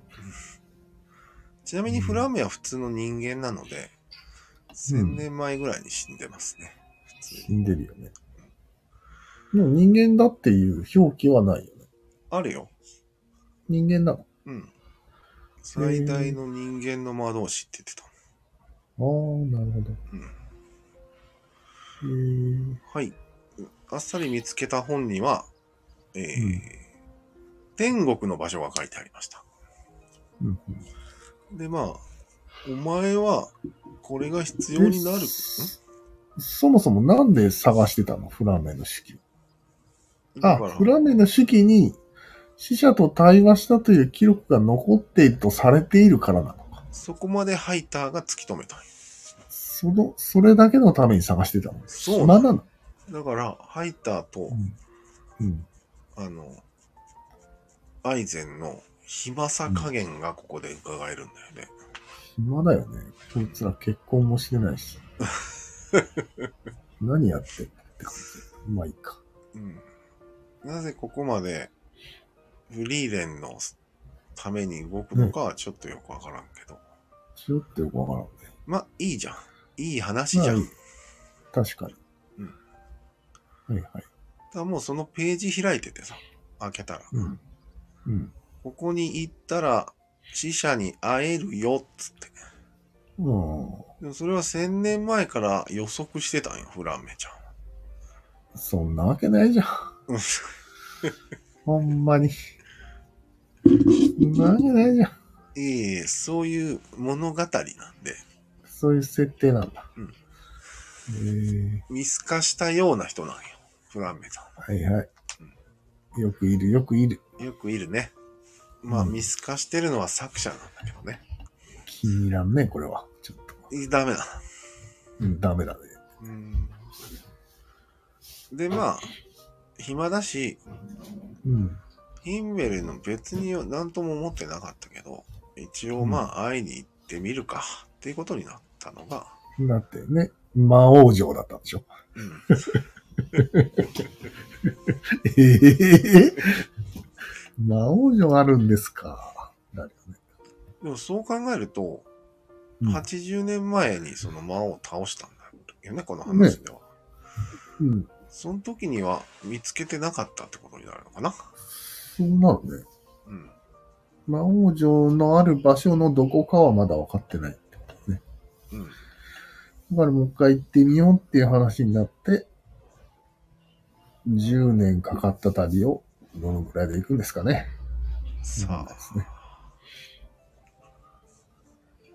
[SPEAKER 1] ちなみにフランメは普通の人間なので、
[SPEAKER 2] うん
[SPEAKER 1] 1000年前ぐらいに死んでますね。普通
[SPEAKER 2] 死
[SPEAKER 1] に
[SPEAKER 2] んでるよね。でも人間だっていう表記はないよね。
[SPEAKER 1] あるよ。
[SPEAKER 2] 人間だ。あ
[SPEAKER 1] うん。最大の人間の魔導士って言ってた。
[SPEAKER 2] あー、なるほど。
[SPEAKER 1] うん。
[SPEAKER 2] えー、
[SPEAKER 1] はい。あっさり見つけた本には、えー
[SPEAKER 2] うん
[SPEAKER 1] 天国の場所が書いてありました。
[SPEAKER 2] うん
[SPEAKER 1] で、まあ、お前は、これが必要になる。ん
[SPEAKER 2] そもそもなんで探してたのフラメの手記。あ
[SPEAKER 1] だから、
[SPEAKER 2] フラメの手記に死者と対話したという記録が残っているとされているからなのか。
[SPEAKER 1] そこまでハイターが突き止めたんよ
[SPEAKER 2] その、それだけのために探してたの。
[SPEAKER 1] そう
[SPEAKER 2] 暇なの。
[SPEAKER 1] だから、ハイターと、
[SPEAKER 2] うん。うん。
[SPEAKER 1] あの、アイゼンの暇さ加減がここで伺えるんだよね。
[SPEAKER 2] 暇だよね。こいつら結婚もしてない し。何やってんのって感じ。まあいいか。
[SPEAKER 1] うんなぜここまでフリーレンのために動くのかはちょっとよくわからんけど。
[SPEAKER 2] ちょっとよくわからんね。
[SPEAKER 1] まあ、いいじゃん。いい話じゃん。
[SPEAKER 2] まあ確かに。
[SPEAKER 1] うん
[SPEAKER 2] はいはい。
[SPEAKER 1] ただもうそのページ開いててさ、開けたら。
[SPEAKER 2] うん。うん。
[SPEAKER 1] ここに行ったら死者に会えるよ、っつって。
[SPEAKER 2] うん。
[SPEAKER 1] でもそれは千年前から予測してたんよ、フランメちゃんは。
[SPEAKER 2] そんなわけないじゃん。
[SPEAKER 1] うん
[SPEAKER 2] ほんまに。そんなわけないじゃん。
[SPEAKER 1] ええそういう物語なんで、
[SPEAKER 2] そういう設定なんだ。
[SPEAKER 1] うん
[SPEAKER 2] ええ
[SPEAKER 1] 見透かしたような人なんよ、フランメちゃんは。
[SPEAKER 2] はいはい。よくいる、よくいる。
[SPEAKER 1] よくいるね。まあ、
[SPEAKER 2] うん
[SPEAKER 1] 見透かしてるのは作者なんだけどね。
[SPEAKER 2] 気に入らんね、これは。ちょっと。
[SPEAKER 1] いダメだな。
[SPEAKER 2] うん、ダメだね。
[SPEAKER 1] うんで、まあ、暇だし、
[SPEAKER 2] うん。
[SPEAKER 1] ヒンベルの別に何とも思ってなかったけど、一応まあ、会いに行ってみるか、っていうことになったのが、
[SPEAKER 2] だってね、魔王城だったんでしょ。
[SPEAKER 1] うん、
[SPEAKER 2] ええ魔王城あるんですか。なるよね。
[SPEAKER 1] でもそう考えると、
[SPEAKER 2] うん
[SPEAKER 1] 80年前にその魔王を倒したんだよね、この話では。
[SPEAKER 2] うん。
[SPEAKER 1] その時には見つけてなかったってことになるのかな。
[SPEAKER 2] そうなるね。
[SPEAKER 1] うん。
[SPEAKER 2] 魔王城のある場所のどこかはまだ分かってないってことですね。
[SPEAKER 1] うん。
[SPEAKER 2] だからもう一回行ってみようっていう話になって、10年かかった旅をどのぐらいで行くんですかね。
[SPEAKER 1] さあ
[SPEAKER 2] で。すね。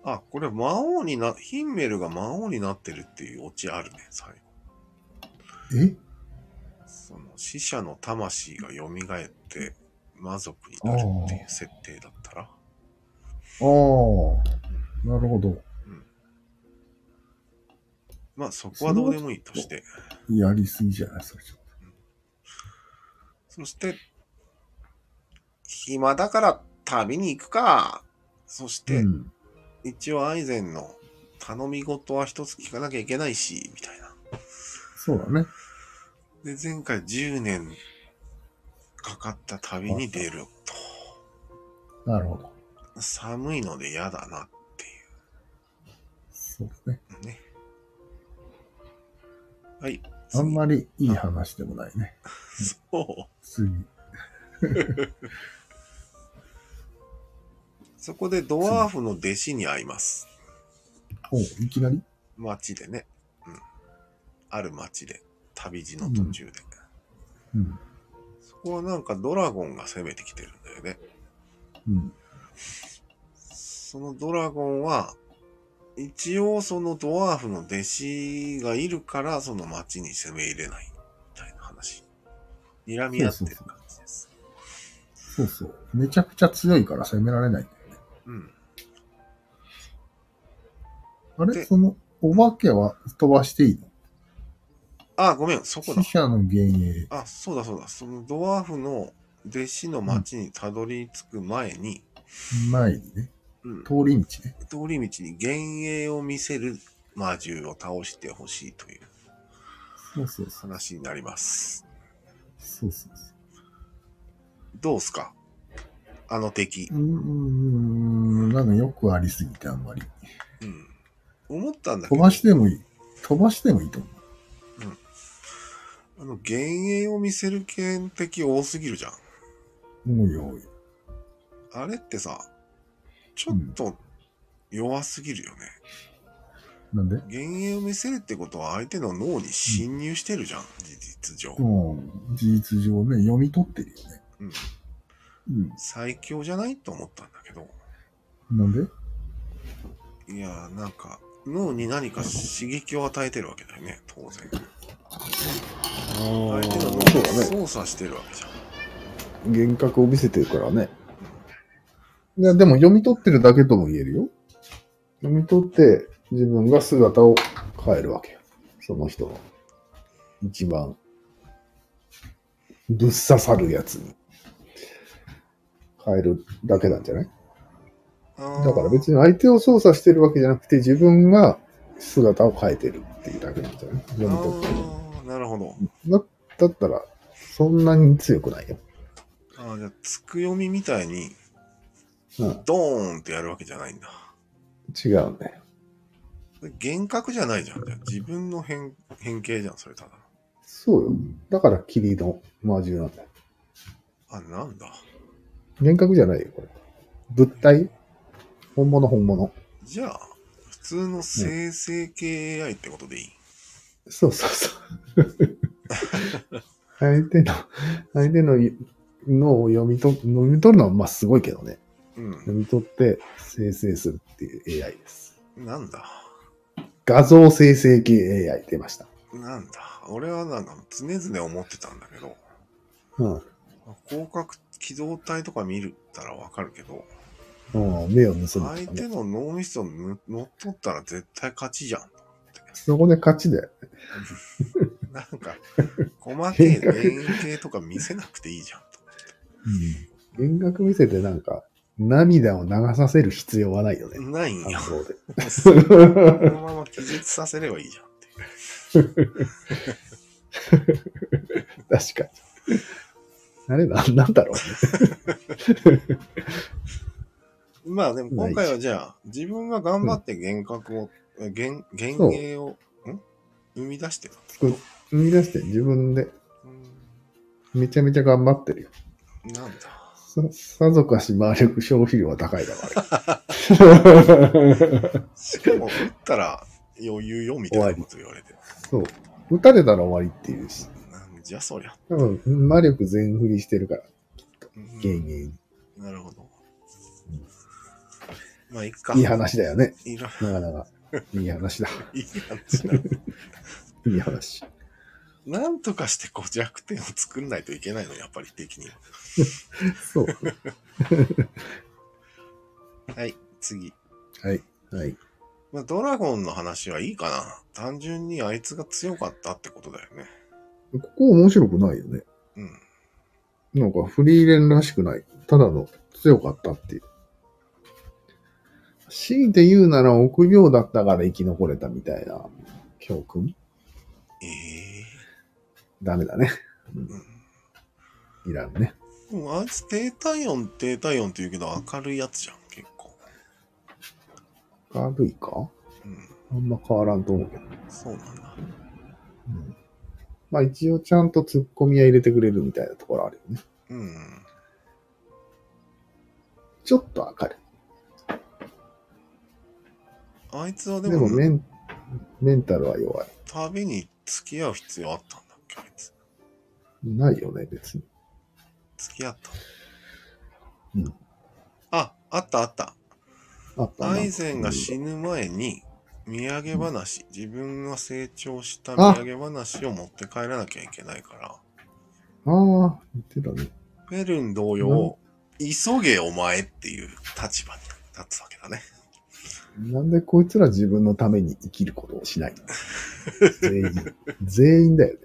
[SPEAKER 1] あ、これ魔王にな、ヒンメルが魔王になってるっていうオチあるね、最後。
[SPEAKER 2] え
[SPEAKER 1] その死者の魂が蘇って魔族になるっていう設定だったら。
[SPEAKER 2] ああ、なるほど。
[SPEAKER 1] まあそこはどうでもいいとして。
[SPEAKER 2] やりすぎじゃないそれちょっ
[SPEAKER 1] そして、暇だから旅に行くか。そし
[SPEAKER 2] と。
[SPEAKER 1] て
[SPEAKER 2] う、ん。
[SPEAKER 1] 一応アイゼンの頼み事は一つ聞かなきゃいけないし、みたいな。
[SPEAKER 2] そうだね。
[SPEAKER 1] で、前回10年かかった旅に出ると。
[SPEAKER 2] なるほど。
[SPEAKER 1] 寒いので嫌だなってい
[SPEAKER 2] そうだね。
[SPEAKER 1] うね。はい。
[SPEAKER 2] あんまりいい話でもないね。
[SPEAKER 1] り。そ
[SPEAKER 2] 次。
[SPEAKER 1] う。そこでドワーフの弟子に会います。
[SPEAKER 2] おいきなり
[SPEAKER 1] 街でね。うん。ある街で。旅路の途中で。
[SPEAKER 2] うん。
[SPEAKER 1] そこはなんかドラゴンが攻めてきてるんだよね。
[SPEAKER 2] うん。
[SPEAKER 1] そのドラゴンは、一応そのドワーフの弟子がいるから、その町に攻め入れない、みたいな話。睨み合ってる感じです。
[SPEAKER 2] そうそう。めちゃくちゃ強いから攻められないんだよね。
[SPEAKER 1] うん。
[SPEAKER 2] あ
[SPEAKER 1] で
[SPEAKER 2] れその、お化けは飛ばしていい
[SPEAKER 1] あ、ごめん、そこだ
[SPEAKER 2] の死。者の幻影。
[SPEAKER 1] あ、そうだそうだ。そのドワーフの弟子の町にたどり着く前に、
[SPEAKER 2] 前にね、
[SPEAKER 1] うん、通
[SPEAKER 2] 通り道ね。
[SPEAKER 1] り道に幻影を見せる魔獣を倒してほしいという
[SPEAKER 2] そうそうそう。
[SPEAKER 1] 話になります。
[SPEAKER 2] そうそうそ
[SPEAKER 1] どうすかあの敵
[SPEAKER 2] う。。うーん、なんかよくありすぎてあんまり。
[SPEAKER 1] うん。思ったんだけ
[SPEAKER 2] 飛
[SPEAKER 1] ど。
[SPEAKER 2] ばしてもいい。飛ばしてもいいと思う。
[SPEAKER 1] うんあの、幻影を見せる系の敵多すぎるじゃん。
[SPEAKER 3] おいおい。
[SPEAKER 1] あれってさ、ちょっと弱すぎるよね。
[SPEAKER 3] なんで
[SPEAKER 1] 幻影を見せるってことは相手の脳に侵入してるじゃん、事実上。
[SPEAKER 3] うん。事実上ね、読み取ってるよね。
[SPEAKER 1] 最強じゃないと思ったんだけど。
[SPEAKER 3] うん。なんで
[SPEAKER 1] いやー、なんか、脳に何か刺激を与えてるわけだよね、当然。相手の脳
[SPEAKER 2] そうだね。
[SPEAKER 1] を操作してるわけじゃん。
[SPEAKER 2] 幻覚を見せてるからね。
[SPEAKER 3] いや、でも読み取ってるだけとも言えるよ。
[SPEAKER 2] 読み取って自分が姿を変えるわけよ。その人の。一番、ぶっ刺さるやつに。変えるだけなんじゃない
[SPEAKER 1] あー
[SPEAKER 2] だから別に相手を操作してるわけじゃなくて自分が姿を変えてるっていうだけなんじゃない読み取ってる。
[SPEAKER 1] あーなるほど。
[SPEAKER 2] だだったら、そんなに強くないよ。
[SPEAKER 1] ああ、じゃあ、つくよみみたいに、
[SPEAKER 2] うん。
[SPEAKER 1] ドーンってやるわけじゃないんだ。
[SPEAKER 2] 違うね。
[SPEAKER 1] 幻覚じゃないじゃん。じゃあ自分の変、変形じゃん、それただ。
[SPEAKER 2] そうよ。だから霧の魔獣なんだよ。
[SPEAKER 1] あ、なんだ。
[SPEAKER 2] 幻覚じゃないよ、これ。物体本物本物。
[SPEAKER 1] じゃあ、普通の生成系 AI ってことでいい、
[SPEAKER 2] そうそ うそう。相手の、相手の脳を読みと読み取るのはまあすごいけどね。
[SPEAKER 1] うん、
[SPEAKER 2] 読み取って生成するっていう AI です。
[SPEAKER 1] なんだ。
[SPEAKER 2] 画像生成系 AI 出ました。
[SPEAKER 1] なんだ。俺はなんか常々思ってたんだけど、
[SPEAKER 2] うん。
[SPEAKER 1] 広角機動体とか見るたらわかるけど、
[SPEAKER 2] うん、目を盗む
[SPEAKER 1] 相
[SPEAKER 2] とかね
[SPEAKER 1] 手の脳みそをぬ乗っ取ったら絶対勝ちじゃん。
[SPEAKER 2] そこで勝ちだよ。
[SPEAKER 1] なんか、細けい
[SPEAKER 2] 変革
[SPEAKER 1] 連携とか見せなくていいじゃんと。
[SPEAKER 2] 幻覚見せてなんか、涙を流させる必要はないよね。
[SPEAKER 1] ないん よ
[SPEAKER 2] 感。動 で。
[SPEAKER 1] そのまま気絶させればいいじゃんっていう。
[SPEAKER 2] 確かに。あれな、なんだろ
[SPEAKER 1] まあでも今回はじゃあ、自分が頑張って幻覚を、幻幻影を、ん生み出してた。
[SPEAKER 2] う。生み出して自分でめちゃめちゃ頑張ってるよ。
[SPEAKER 1] なん だ。
[SPEAKER 2] さ、さぞかし魔力消費量は高いだろ、あれ。
[SPEAKER 1] しかも、打ったら余裕よみたいなこと言われて。
[SPEAKER 2] そう。撃たれたら終わりっていうし。
[SPEAKER 1] なんじゃそりゃ。
[SPEAKER 2] 多分、魔力全振りしてるから、
[SPEAKER 1] うん
[SPEAKER 2] 芸人。
[SPEAKER 1] なるほど。まあ、いっか。
[SPEAKER 2] いい話だよね。
[SPEAKER 1] いら
[SPEAKER 2] なかなか。いい話だ。
[SPEAKER 1] いい話だ。
[SPEAKER 2] いい話。
[SPEAKER 1] なんとかしてこう弱点を作んないといけないの、やっぱり敵には。
[SPEAKER 2] そう。
[SPEAKER 1] はい、次。
[SPEAKER 2] はい。はい。
[SPEAKER 1] まあ、ドラゴンの話はいいかな。単純にあいつが強かったってことだよね。
[SPEAKER 2] ここ面白くないよね。
[SPEAKER 1] うん。
[SPEAKER 2] なんかフリーレンらしくない。ただの強かったっていう。強いて言うなら臆病だったから生き残れたみたいな教訓
[SPEAKER 1] ええ
[SPEAKER 2] ダメだね。
[SPEAKER 1] うん
[SPEAKER 2] いらんね。
[SPEAKER 1] でもあいつ低体温、低体温って言うけど明るいやつじゃん、結構。
[SPEAKER 2] 軽いか
[SPEAKER 1] うん。
[SPEAKER 2] あんま変わらんと思うけど。
[SPEAKER 1] そうなんだ。
[SPEAKER 2] うんまあ一応ちゃんと突っ込みは入れてくれるみたいなところあるよね。
[SPEAKER 1] うん。
[SPEAKER 2] ちょっと明る。
[SPEAKER 1] あいつはいで
[SPEAKER 2] で
[SPEAKER 1] も
[SPEAKER 2] も、メンメンタルは弱い。
[SPEAKER 1] 旅に付き合う必要あったんだっけ、あいつ。
[SPEAKER 2] ないよね、別に。
[SPEAKER 1] 付き合った。
[SPEAKER 2] うん。
[SPEAKER 1] あ、あったあった。
[SPEAKER 2] あった
[SPEAKER 1] アイゼンが死ぬ前に、土産話、自分が成長した土産話を持って帰らなきゃいけないから、
[SPEAKER 2] ああ、言ってたね。
[SPEAKER 1] ペルン同様、急げお前っていう立場に立つわけだね。
[SPEAKER 2] なんでこいつら自分のために生きることをしないの全員。全員だよね。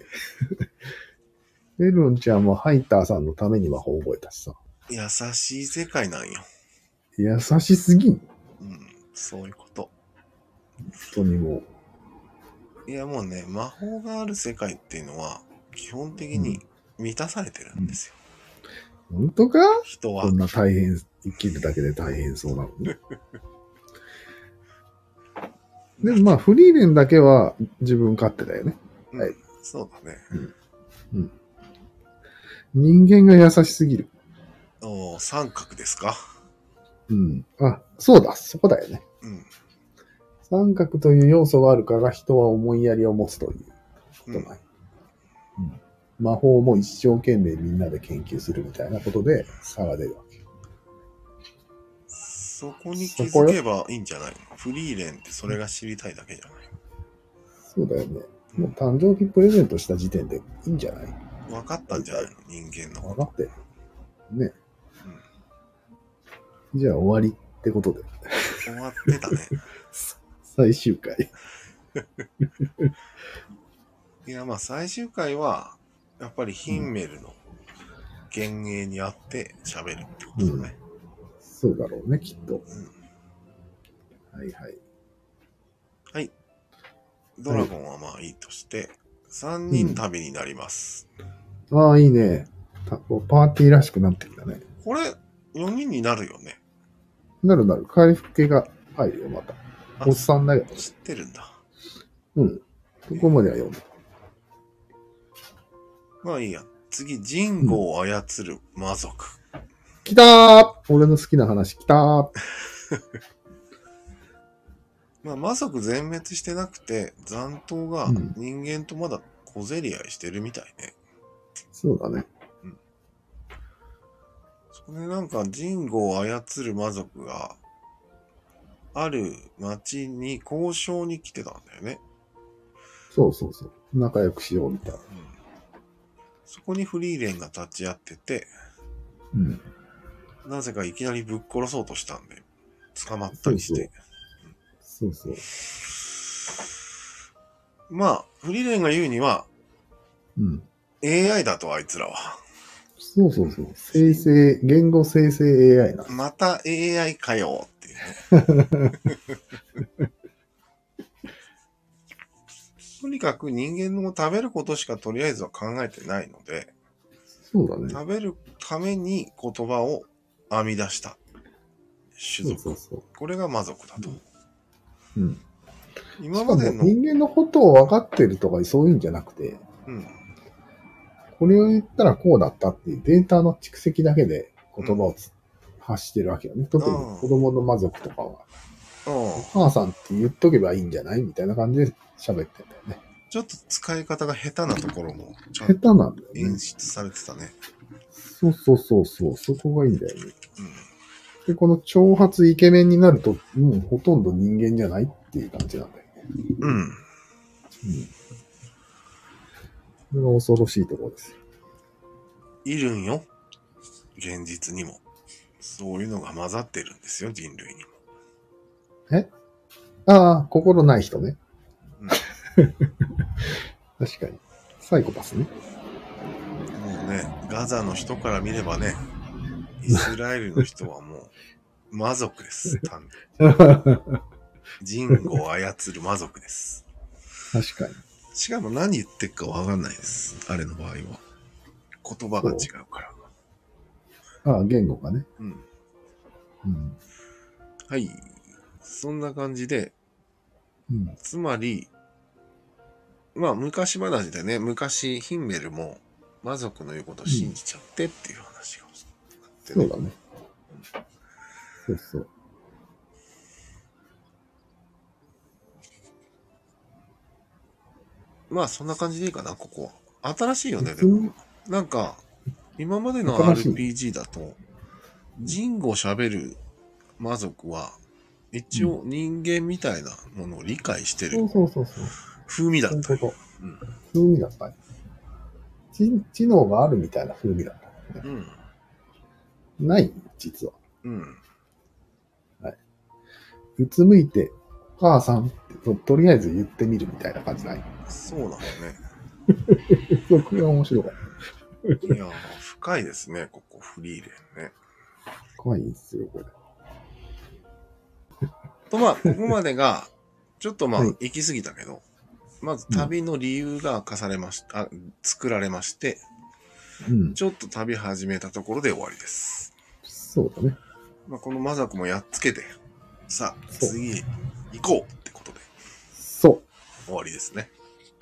[SPEAKER 2] エルンちゃんもハイターさんのために魔法を覚えたしさ。
[SPEAKER 1] 優しい世界なんよ。
[SPEAKER 2] 優しすぎん。
[SPEAKER 1] うん、そういうこと。
[SPEAKER 2] 本当にも
[SPEAKER 1] いやもうね、魔法がある世界っていうのは、基本的に満たされてるんですよ。
[SPEAKER 2] う。本当か
[SPEAKER 1] 人は
[SPEAKER 2] こん。な大変、生きるだけで大変そうなのに。でもまあ、フリーレンだけは自分勝手だよね。
[SPEAKER 1] うん
[SPEAKER 2] はい
[SPEAKER 1] そうだね。
[SPEAKER 2] 人間が優しすぎる。
[SPEAKER 1] おー三角ですか
[SPEAKER 2] うん。あ、そうだ、そこだよね。
[SPEAKER 1] うん。
[SPEAKER 2] 三角という要素があるから人は思いやりを持つということ
[SPEAKER 1] うん
[SPEAKER 2] な。い。うん魔法も一生懸命みんなで研究するみたいなことで差が出るわけ。
[SPEAKER 1] そこに気づけばいいんじゃないのフリーレンってそれが知りたいだけじゃない
[SPEAKER 2] そうだよね。もう誕生日プレゼントした時点でいいんじゃない
[SPEAKER 1] 分かったんじゃないの人間の
[SPEAKER 2] 分
[SPEAKER 1] こ
[SPEAKER 2] か
[SPEAKER 1] と。
[SPEAKER 2] ってる。ね。じゃあ終わりってことで。
[SPEAKER 1] 終わってたね。
[SPEAKER 2] 最終回。
[SPEAKER 1] いや、まあ最終回は、やっぱりヒンメルの幻影にあって喋るってことだね。
[SPEAKER 2] そうだろうね、きっと。
[SPEAKER 1] うん
[SPEAKER 2] はいはい。
[SPEAKER 1] ドラゴンはまあいいとして、3人旅になります。
[SPEAKER 2] ああ、いいね。たパーティーらしくなってきたね。
[SPEAKER 1] これ、4人になるよね。
[SPEAKER 2] なるなる、回復系が入るよ、また。
[SPEAKER 1] あ
[SPEAKER 2] おっさんだよ。
[SPEAKER 1] 知ってるんだ。
[SPEAKER 2] うん。そこまでは読んだ。
[SPEAKER 1] まあいいや。次、ジンゴを操る魔族。
[SPEAKER 2] きたー俺の好きな話、きたー
[SPEAKER 1] まあ魔族全滅してなくて、残党が
[SPEAKER 2] うん
[SPEAKER 1] 人間とまだ小競り合いしてるみたいね。
[SPEAKER 2] そうだね。
[SPEAKER 1] それでなんか、ジンゴを操る魔族が、ある町に交渉に来てたんだよね。
[SPEAKER 2] そうそうそう。仲良くしようみたいな。
[SPEAKER 1] そこにフリーレンが立ち会ってて、
[SPEAKER 2] うん。
[SPEAKER 1] なぜかいきなりぶっ殺そうとしたんで、捕まったりして。
[SPEAKER 2] そうそう。
[SPEAKER 1] まあ、フリーレンが言うには、
[SPEAKER 2] うん。
[SPEAKER 1] AI だとあいつらは。
[SPEAKER 2] そうそうそう。生成、言語生成 AI な。
[SPEAKER 1] また AI かよっていうね。とにかく人間の食べることしかとりあえずは考えてないので、
[SPEAKER 2] そうだね。
[SPEAKER 1] 食べるために言葉を編み出した種
[SPEAKER 2] そう
[SPEAKER 1] 族。
[SPEAKER 2] そうそう。
[SPEAKER 1] これが魔族だと。
[SPEAKER 2] うん。
[SPEAKER 1] 今
[SPEAKER 2] しか
[SPEAKER 1] ま
[SPEAKER 2] も
[SPEAKER 1] での、
[SPEAKER 2] 人間のことを分かってるとかそういうんじゃなくて、
[SPEAKER 1] うん、
[SPEAKER 2] これを言ったらこうだったっていうデータの蓄積だけで言葉をつ発してるわけよね。特に子供の魔族とかは、
[SPEAKER 1] うん
[SPEAKER 2] お母さんって言っとけばいいんじゃないみたいな感じで喋ってんだよね。
[SPEAKER 1] ちょっと使い方が下手なところも、ちゃ
[SPEAKER 2] 下
[SPEAKER 1] ん
[SPEAKER 2] 手
[SPEAKER 1] と
[SPEAKER 2] なんだよ
[SPEAKER 1] 演
[SPEAKER 2] ね。
[SPEAKER 1] 出されてたね。
[SPEAKER 2] そうそうそうそう、そこがいいんだよね。
[SPEAKER 1] うん
[SPEAKER 2] で、この挑発イケメンになると、もうほとんど人間じゃないっていう感じなんだよね。
[SPEAKER 1] うん。
[SPEAKER 2] これが恐ろしいところですよ。
[SPEAKER 1] いるんよ。現実にも。そういうのが混ざってるんですよ、人類にも。
[SPEAKER 2] ああ、心ない人ね。
[SPEAKER 1] うん
[SPEAKER 2] 確かに。サイコパス ね。
[SPEAKER 1] もうね、ガザの人から見ればね、イスラエルの人はもう、魔族です。 単に人口を操る魔族です。
[SPEAKER 2] 確かに。
[SPEAKER 1] しかも何言ってるかわかんないです。あれの場合は。言葉が違うから。
[SPEAKER 2] ああ、言語がね。
[SPEAKER 1] うん。
[SPEAKER 2] うん。
[SPEAKER 1] はい。そんな感じで、
[SPEAKER 2] うん。
[SPEAKER 1] つまり、まあ昔話でね、昔ヒンメルも魔族の言うことを信じちゃってっていう話をして
[SPEAKER 2] そ
[SPEAKER 1] ね、
[SPEAKER 2] うだね。そうそう。
[SPEAKER 1] まあそんな感じでいいかな、ここは。新しいよね、で
[SPEAKER 2] 普
[SPEAKER 1] も。
[SPEAKER 2] 通
[SPEAKER 1] なんか、今までの
[SPEAKER 2] 新しい
[SPEAKER 1] RPG だと、ジンゴ喋る魔族は、一応人間みたいなものを理解して
[SPEAKER 2] そ
[SPEAKER 1] る
[SPEAKER 2] うそうそうそう。
[SPEAKER 1] 風味だ
[SPEAKER 2] そ
[SPEAKER 1] っ
[SPEAKER 2] ういう
[SPEAKER 1] た
[SPEAKER 2] こ
[SPEAKER 1] よ。
[SPEAKER 2] と。
[SPEAKER 1] うん
[SPEAKER 2] 風味だったね。知知能があるみたいな風味だったね。
[SPEAKER 1] うん。
[SPEAKER 2] ない、実は。
[SPEAKER 1] うん。
[SPEAKER 2] うつむいて、お母さんってととりあえず言ってみるみたいな感じない。
[SPEAKER 1] そうなのね。
[SPEAKER 2] そこが面白かった。
[SPEAKER 1] いやー、深いですね、ここ、フリーレンね。
[SPEAKER 2] 怖いんですよ、これ。
[SPEAKER 1] とまあ、ここまでが、ちょっとまあ
[SPEAKER 2] はい、
[SPEAKER 1] 行き過ぎたけど、まず旅の理由が明かされました、あ作られまして、
[SPEAKER 2] うん。
[SPEAKER 1] ちょっと旅始めたところで終わりです。
[SPEAKER 2] そうだね。
[SPEAKER 1] まあ、このマザコもやっつけて、さあ、
[SPEAKER 2] そう
[SPEAKER 1] 次へ行こうってことで
[SPEAKER 2] そう。
[SPEAKER 1] 終わりですね。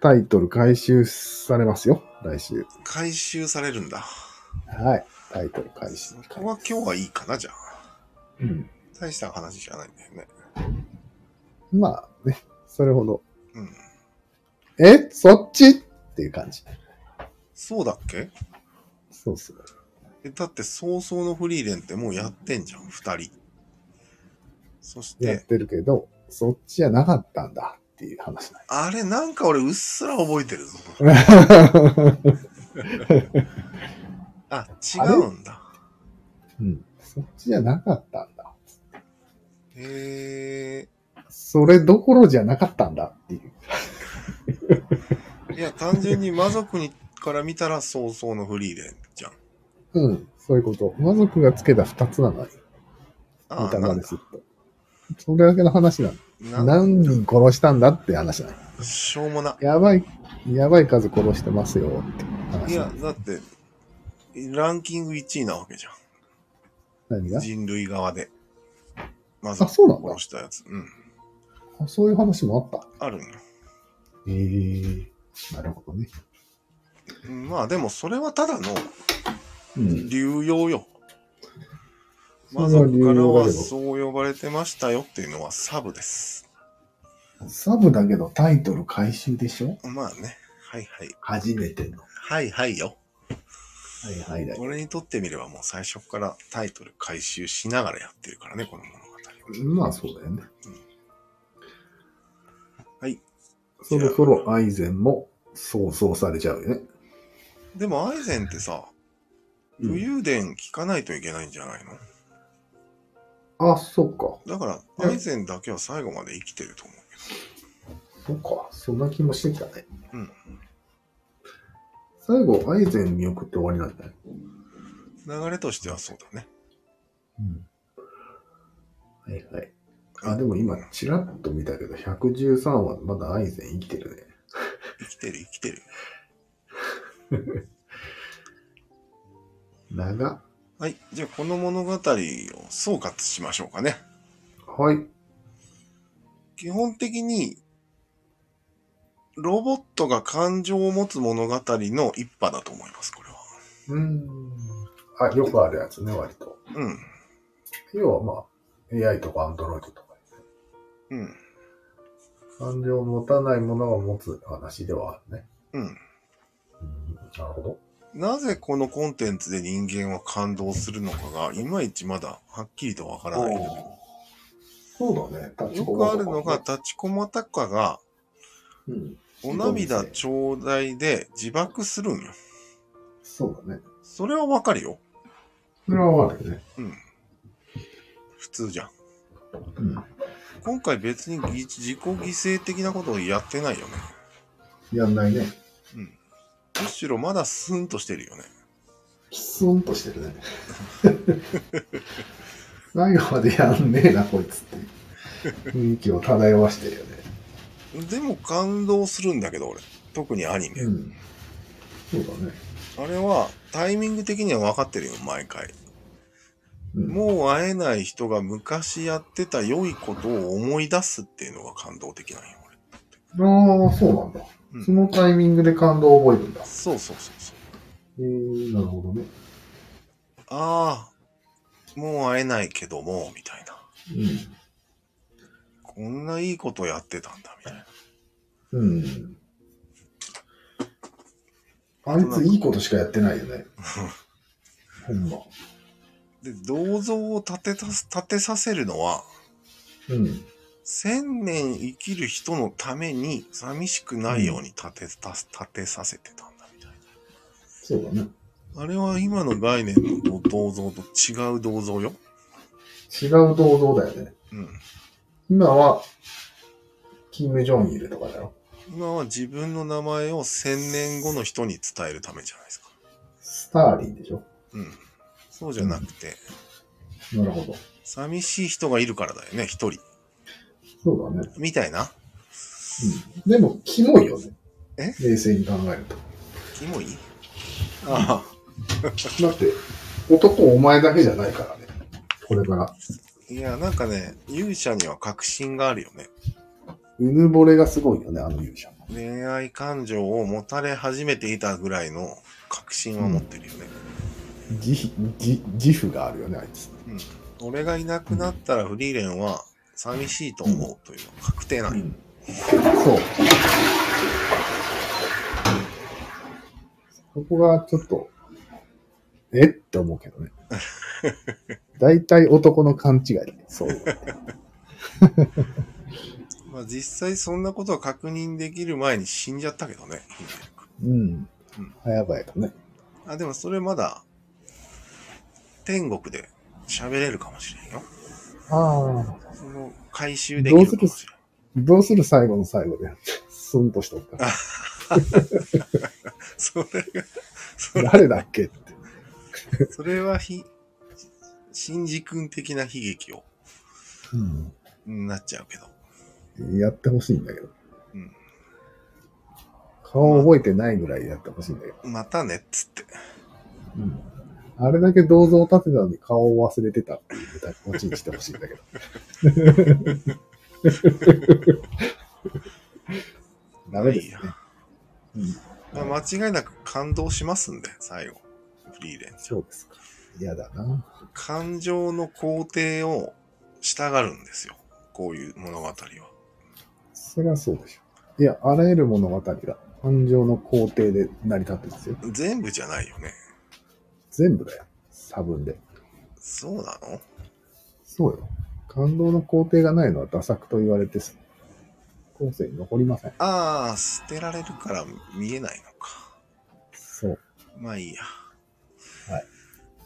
[SPEAKER 2] タイトル回収されますよ。来週。
[SPEAKER 1] 回収されるんだ。
[SPEAKER 2] はい。タイトル回収。
[SPEAKER 1] ここは今日はいいかな、じゃあ。
[SPEAKER 2] うん。
[SPEAKER 1] 大した話じゃないんだよね。
[SPEAKER 2] まあね、それほど。
[SPEAKER 1] うん。
[SPEAKER 2] えそっちっていう感じ。
[SPEAKER 1] そうだっけ
[SPEAKER 2] そうそう。
[SPEAKER 1] えだって早々のフリーレンってもうやってんじゃん、二人。そし、
[SPEAKER 2] やっててるけど、そっちじゃなかったんだっていう話 なん
[SPEAKER 1] あれなんか俺うっすら覚えてるぞ。
[SPEAKER 2] や
[SPEAKER 1] あ、違うんだ。
[SPEAKER 2] うん。そっちじゃなかったんだ。
[SPEAKER 1] へ
[SPEAKER 2] それどころじゃなかったんだっていう。
[SPEAKER 1] え。いや、単純に魔族にから見たら早々のフリーレンじゃん。
[SPEAKER 2] うん。そういうこと。魔族がつけた二つなのに、
[SPEAKER 1] あ
[SPEAKER 2] 見
[SPEAKER 1] あ、
[SPEAKER 2] た
[SPEAKER 1] な
[SPEAKER 2] 目
[SPEAKER 1] ん
[SPEAKER 2] で
[SPEAKER 1] だ
[SPEAKER 2] すっと。それだけの話な
[SPEAKER 1] な
[SPEAKER 2] の。何人殺したんだって話なの。
[SPEAKER 1] しょうもな。
[SPEAKER 2] やばい、やばい数殺してますよって
[SPEAKER 1] い
[SPEAKER 2] 話な
[SPEAKER 1] や
[SPEAKER 2] の。、
[SPEAKER 1] だって、ランキング1位なわけじゃ
[SPEAKER 2] 何
[SPEAKER 1] ん。
[SPEAKER 2] が
[SPEAKER 1] 人類側で。魔
[SPEAKER 2] あ、
[SPEAKER 1] 族
[SPEAKER 2] そうなんだ
[SPEAKER 1] 殺。したやつ。うん。
[SPEAKER 2] あそういう話もあった。
[SPEAKER 1] あるんよ。
[SPEAKER 2] ええなるほどね。
[SPEAKER 1] うんまあでもそれはただの
[SPEAKER 2] うん。
[SPEAKER 1] 流用よ。
[SPEAKER 2] そ
[SPEAKER 1] 魔
[SPEAKER 2] れは
[SPEAKER 1] 族
[SPEAKER 2] 流
[SPEAKER 1] から
[SPEAKER 2] 用だ
[SPEAKER 1] は
[SPEAKER 2] けど
[SPEAKER 1] そう呼ばれてましたよっていうのはサブです。
[SPEAKER 2] サブだけどタイトル回収でしょ
[SPEAKER 1] まあね。はいはい。
[SPEAKER 2] 初めての。は
[SPEAKER 1] はいはいよ。
[SPEAKER 2] いはいだよ。
[SPEAKER 1] 俺にとってみればもう最初からタイトル回収しながらやってるからね、この物語。
[SPEAKER 2] まあそうだよね。
[SPEAKER 1] はい。
[SPEAKER 2] そろそろアイゼンも想像されちゃうよね。
[SPEAKER 1] でもアイゼンってさ、
[SPEAKER 2] うん
[SPEAKER 1] 武勇伝聞かないといけないんじゃないの、
[SPEAKER 2] あ、そうか。
[SPEAKER 1] だか
[SPEAKER 2] う
[SPEAKER 1] ら、ア
[SPEAKER 2] ん
[SPEAKER 1] イゼンだけは最後まで生きてると思う
[SPEAKER 2] そうか。そんな気もしてきたね。
[SPEAKER 1] けど。うん。
[SPEAKER 2] 最後、アイゼン見送って終わりなんだよ。
[SPEAKER 1] 流れとしてはそうだね。
[SPEAKER 2] うん。はいはい。あ、でも今、ちらっと見たけど、113話、まだアイゼン生きてるね。
[SPEAKER 1] 生きてる生きてる。
[SPEAKER 2] 長っ。
[SPEAKER 1] はい。じゃあこの物語を総括しましょうかね。
[SPEAKER 2] はい。
[SPEAKER 1] 基本的に、ロボットが感情を持つ物語の一派だと思います、これは。
[SPEAKER 2] うん。あ、よくあるやつね、割と。
[SPEAKER 1] うん。
[SPEAKER 2] 要はまあ、AI とかアンドロイドとかですね。
[SPEAKER 1] うん。
[SPEAKER 2] 感情を持たないものが持つ話ではあるね。
[SPEAKER 1] うん。
[SPEAKER 2] うん、なるほど。
[SPEAKER 1] なぜこのコンテンツで人間は感動するのかが、いまいちまだはっきりとわからない。
[SPEAKER 2] そうだね。立
[SPEAKER 1] よ
[SPEAKER 2] ちこ
[SPEAKER 1] く
[SPEAKER 2] ま
[SPEAKER 1] あ
[SPEAKER 2] とか
[SPEAKER 1] るのが、、立ちこまたかが、
[SPEAKER 2] うん。
[SPEAKER 1] お涙ちょうだいで自爆するんよ。
[SPEAKER 2] そうだね。
[SPEAKER 1] それはわかるよ。
[SPEAKER 2] それはわかるね。
[SPEAKER 1] うん。普通じゃん。
[SPEAKER 2] うん。
[SPEAKER 1] 今回別にぎ自己犠牲的なことをやってないよね。
[SPEAKER 2] やんないね。
[SPEAKER 1] うん。むしろまだスンとしてるよね。
[SPEAKER 2] きつんとしてるね。 最後までやんねえな、こいつって。雰囲気を漂わしてるよね。
[SPEAKER 1] でも感動するんだけど、俺。特にアニメ。
[SPEAKER 2] ん。そうだね。
[SPEAKER 1] あれは、タイミング的には分かってるよ、毎回。
[SPEAKER 2] うん、
[SPEAKER 1] もう会えない人が昔やってた良いことを思い出すっていうのが感動的なんよ、俺。
[SPEAKER 2] ああ、そうなんだ、
[SPEAKER 1] うん
[SPEAKER 2] そのタイミングで感動を覚えるんだ。へ
[SPEAKER 1] そうそうそうそう。
[SPEAKER 2] えー、なるほどね。
[SPEAKER 1] ああ、もう会えないけども、みたいな。こんないいことやってたんだ、みたいな。
[SPEAKER 2] うん。うん。あいついいことしかやってない よね。ほんま。
[SPEAKER 1] で、銅像を建てたす、建てさせるのは、
[SPEAKER 2] うん。
[SPEAKER 1] 千年生きる人のために寂しくないように建てたす、建てさせてたんだ、みたいな。
[SPEAKER 2] そうだね。
[SPEAKER 1] あれは今の概念の銅像と違う銅像よ。
[SPEAKER 2] 違う銅像だよね。
[SPEAKER 1] うん。
[SPEAKER 2] 今は、キム・ジョンイルとかだよ。
[SPEAKER 1] 今は自分の名前を千年後の人に伝えるためじゃないですか。
[SPEAKER 2] スターリンでしょ。
[SPEAKER 1] うん。そうじゃなくて、
[SPEAKER 2] なるほど。
[SPEAKER 1] 寂しい人がいるからだよね、一人。
[SPEAKER 2] そうだね。
[SPEAKER 1] みたいな。
[SPEAKER 2] うん。でも、キモいよね。
[SPEAKER 1] え
[SPEAKER 2] 冷静に考えると。
[SPEAKER 1] キモいあ
[SPEAKER 2] だって、男お前だけじゃないからね。これから。
[SPEAKER 1] あ。いや、なんかね、勇者には確信があるよね。
[SPEAKER 2] うぬぼれがすごいよね、あの勇者。
[SPEAKER 1] 恋愛感情を持たれ始めていたぐらいの確信は持ってるよね。
[SPEAKER 2] 自自自負があるよね、あいつ。
[SPEAKER 1] 俺がいなくなったらフリーレンは寂しいと思うというのは確定なんよ
[SPEAKER 2] そう。そこがちょっと、えって思うけ どね。大体男の勘違いだね。そう。
[SPEAKER 1] まあ実際そんなことは確認できる前に死んじゃったけどね、ヒンデル君
[SPEAKER 2] うん。早々とね。
[SPEAKER 1] あ、でもそれまだ、天国で喋れるかもしれんよ。
[SPEAKER 2] ああ。
[SPEAKER 1] その、回収できるかもしれん。
[SPEAKER 2] どうする最後の最後で。スンとしとった
[SPEAKER 1] それが、それ
[SPEAKER 2] 誰だっけって。
[SPEAKER 1] それはひ、シンジ君的な悲劇を、うんなっちゃうけど。
[SPEAKER 2] やってほしいんだけど。
[SPEAKER 1] うん
[SPEAKER 2] 顔覚えてないぐらいやってほしいんだけど。
[SPEAKER 1] またねっつって。
[SPEAKER 2] うんあれだけ銅像を立てたのに顔を忘れてたっていう気持ちにしてほしいんだけ ど。ダメですね。
[SPEAKER 1] まあ間違いなく感動しますんで、最後。フリーレン。
[SPEAKER 2] そうですか。嫌だな。
[SPEAKER 1] 感情の工程をしたがるんですよ。こういう物語は。
[SPEAKER 2] そりゃそうでしょ。いや、あらゆる物語が感情の工程で成り立ってますよ。
[SPEAKER 1] 全部じゃないよね。
[SPEAKER 2] 全部だよ。差分で。
[SPEAKER 1] そうなの
[SPEAKER 2] そうよ。感動の工程がないのはダサ作と言われてさ、後世に残りません。
[SPEAKER 1] ああ、捨てられるから見えないのか。
[SPEAKER 2] そう。
[SPEAKER 1] まあいいや。
[SPEAKER 2] はい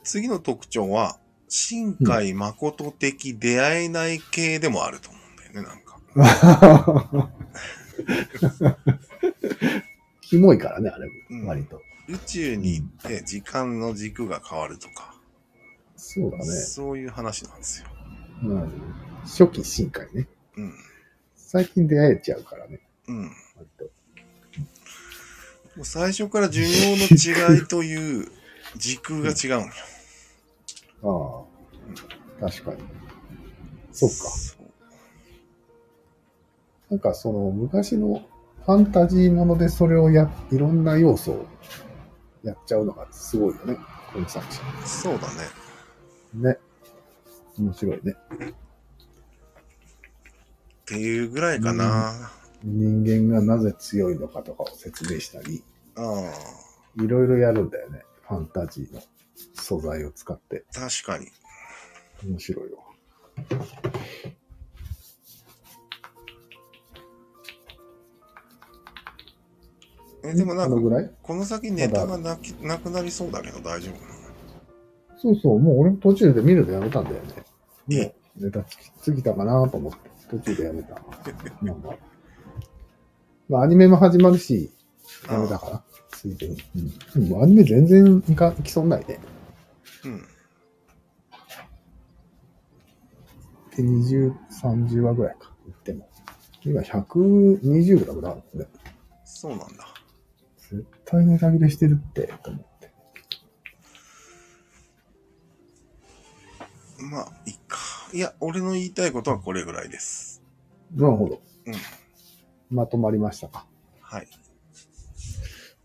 [SPEAKER 1] 次の特徴は、新海誠的出会えない系でもあると思うんだよね、なんか。
[SPEAKER 2] キモいからね、あれ
[SPEAKER 1] うん
[SPEAKER 2] も。割と。
[SPEAKER 1] 宇宙に行って時間の軸が変わるとか、
[SPEAKER 2] そうだね。
[SPEAKER 1] そういう話なんですよ。
[SPEAKER 2] うん、初期深海ね。
[SPEAKER 1] うん。
[SPEAKER 2] 最近出会えちゃうからね、
[SPEAKER 1] うん。
[SPEAKER 2] 割と。
[SPEAKER 1] もう最初から寿命の違いという時空が違うんよ。
[SPEAKER 2] ああ、確かに。 そっか。
[SPEAKER 1] そう
[SPEAKER 2] なんかその昔のファンタジーものでそれをや、いろんな要素をやっちゃうのがすごいよね、この作者。
[SPEAKER 1] そうだね。
[SPEAKER 2] ね。面白いね。
[SPEAKER 1] っていうぐらいかな。
[SPEAKER 2] 人間がなぜ強いのかとかを説明したり、
[SPEAKER 1] ああ、
[SPEAKER 2] いろいろやるんだよね。ファンタジーの素材を使って。
[SPEAKER 1] 確かに。
[SPEAKER 2] 面白いわ。
[SPEAKER 1] え、でもな
[SPEAKER 2] こ
[SPEAKER 1] ん
[SPEAKER 2] の
[SPEAKER 1] か、
[SPEAKER 2] ぐらい
[SPEAKER 1] この先ネタがなきなくなりそうだけど大丈夫なの
[SPEAKER 2] そうそう、もう俺も途中で見るのやめたんだよね。
[SPEAKER 1] え
[SPEAKER 2] もうネタつきすぎたかなと思って、途中でやめた。なんかまあ、アニメも始まるし、やめたから、ついでに。うん。でもアニメ全然いか、いきそうにないね。
[SPEAKER 1] うん。
[SPEAKER 2] で、20、30話ぐらいか、言っても。今120ぐらいだもんね。
[SPEAKER 1] そうなんだ。
[SPEAKER 2] 絶対ネタ切れしてるって、と思って。
[SPEAKER 1] まあ、いいか。いや、俺の言いたいことはこれぐらいです。
[SPEAKER 2] なるほど。
[SPEAKER 1] うん
[SPEAKER 2] まとまりましたか。
[SPEAKER 1] はい。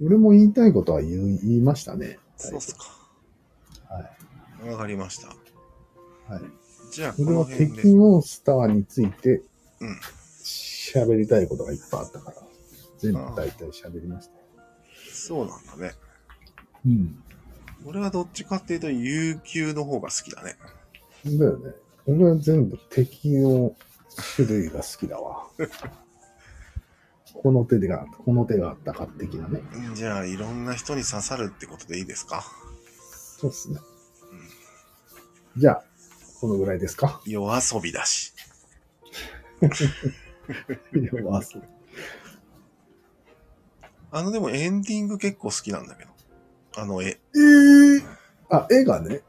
[SPEAKER 2] 俺も言いたいことは言い言いましたね。
[SPEAKER 1] そうっすか。
[SPEAKER 2] はい。
[SPEAKER 1] わかりました。
[SPEAKER 2] はい。
[SPEAKER 1] じゃあ、こ
[SPEAKER 2] それ
[SPEAKER 1] の
[SPEAKER 2] は
[SPEAKER 1] 辺
[SPEAKER 2] 敵
[SPEAKER 1] で。
[SPEAKER 2] モンスターについて
[SPEAKER 1] うん
[SPEAKER 2] 喋りたいことがいっぱいあったから、全部大体喋りました。
[SPEAKER 1] そうなんだね。
[SPEAKER 2] うん。
[SPEAKER 1] 俺はどっちかっていうと、悠久の方が好きだね。
[SPEAKER 2] だよね。俺は全部敵の種類が好きだ わ。この手が、この手があったか的なね。
[SPEAKER 1] じゃあ、いろんな人に刺さるってことでいいですか
[SPEAKER 2] そうっすね。じゃあ、このぐらいで すか。
[SPEAKER 1] 夜遊びだし。
[SPEAKER 2] あそう
[SPEAKER 1] あの、でもエンディング結構好きなんだけど。あの絵。
[SPEAKER 2] ええあ、絵がね。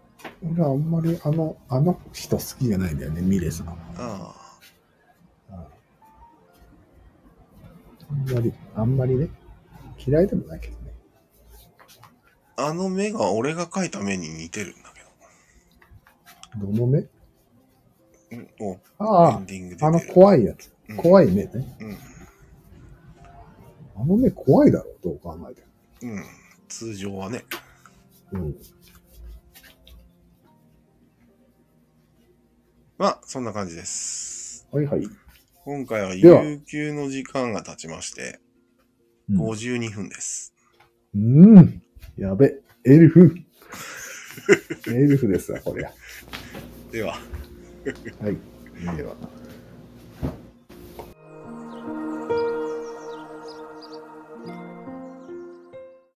[SPEAKER 2] 俺はあんまりあの、あの人好きじゃないんだよね、ミレさん。
[SPEAKER 1] ああ。
[SPEAKER 2] あんまり、あんまりね、嫌いでもないけどね。
[SPEAKER 1] あの目が俺が描いた目に似てるんだけど。
[SPEAKER 2] どの目
[SPEAKER 1] うん、お
[SPEAKER 2] あ
[SPEAKER 1] エンディングで
[SPEAKER 2] あ、あの
[SPEAKER 1] 出てる。
[SPEAKER 2] 怖いやつ。怖い目ね。
[SPEAKER 1] うん。
[SPEAKER 2] あの目怖いだろう、どう考えて
[SPEAKER 1] うん。通常はね。
[SPEAKER 2] も。うん。
[SPEAKER 1] まあ、そんな感じです。
[SPEAKER 2] はいはい。
[SPEAKER 1] 今回は
[SPEAKER 2] では
[SPEAKER 1] 有給の時間が経ちまして、
[SPEAKER 2] うん
[SPEAKER 1] 52分です。
[SPEAKER 2] うん。やべ、エルフ。エルフですわ、こりゃ。
[SPEAKER 1] では。
[SPEAKER 2] はい。では。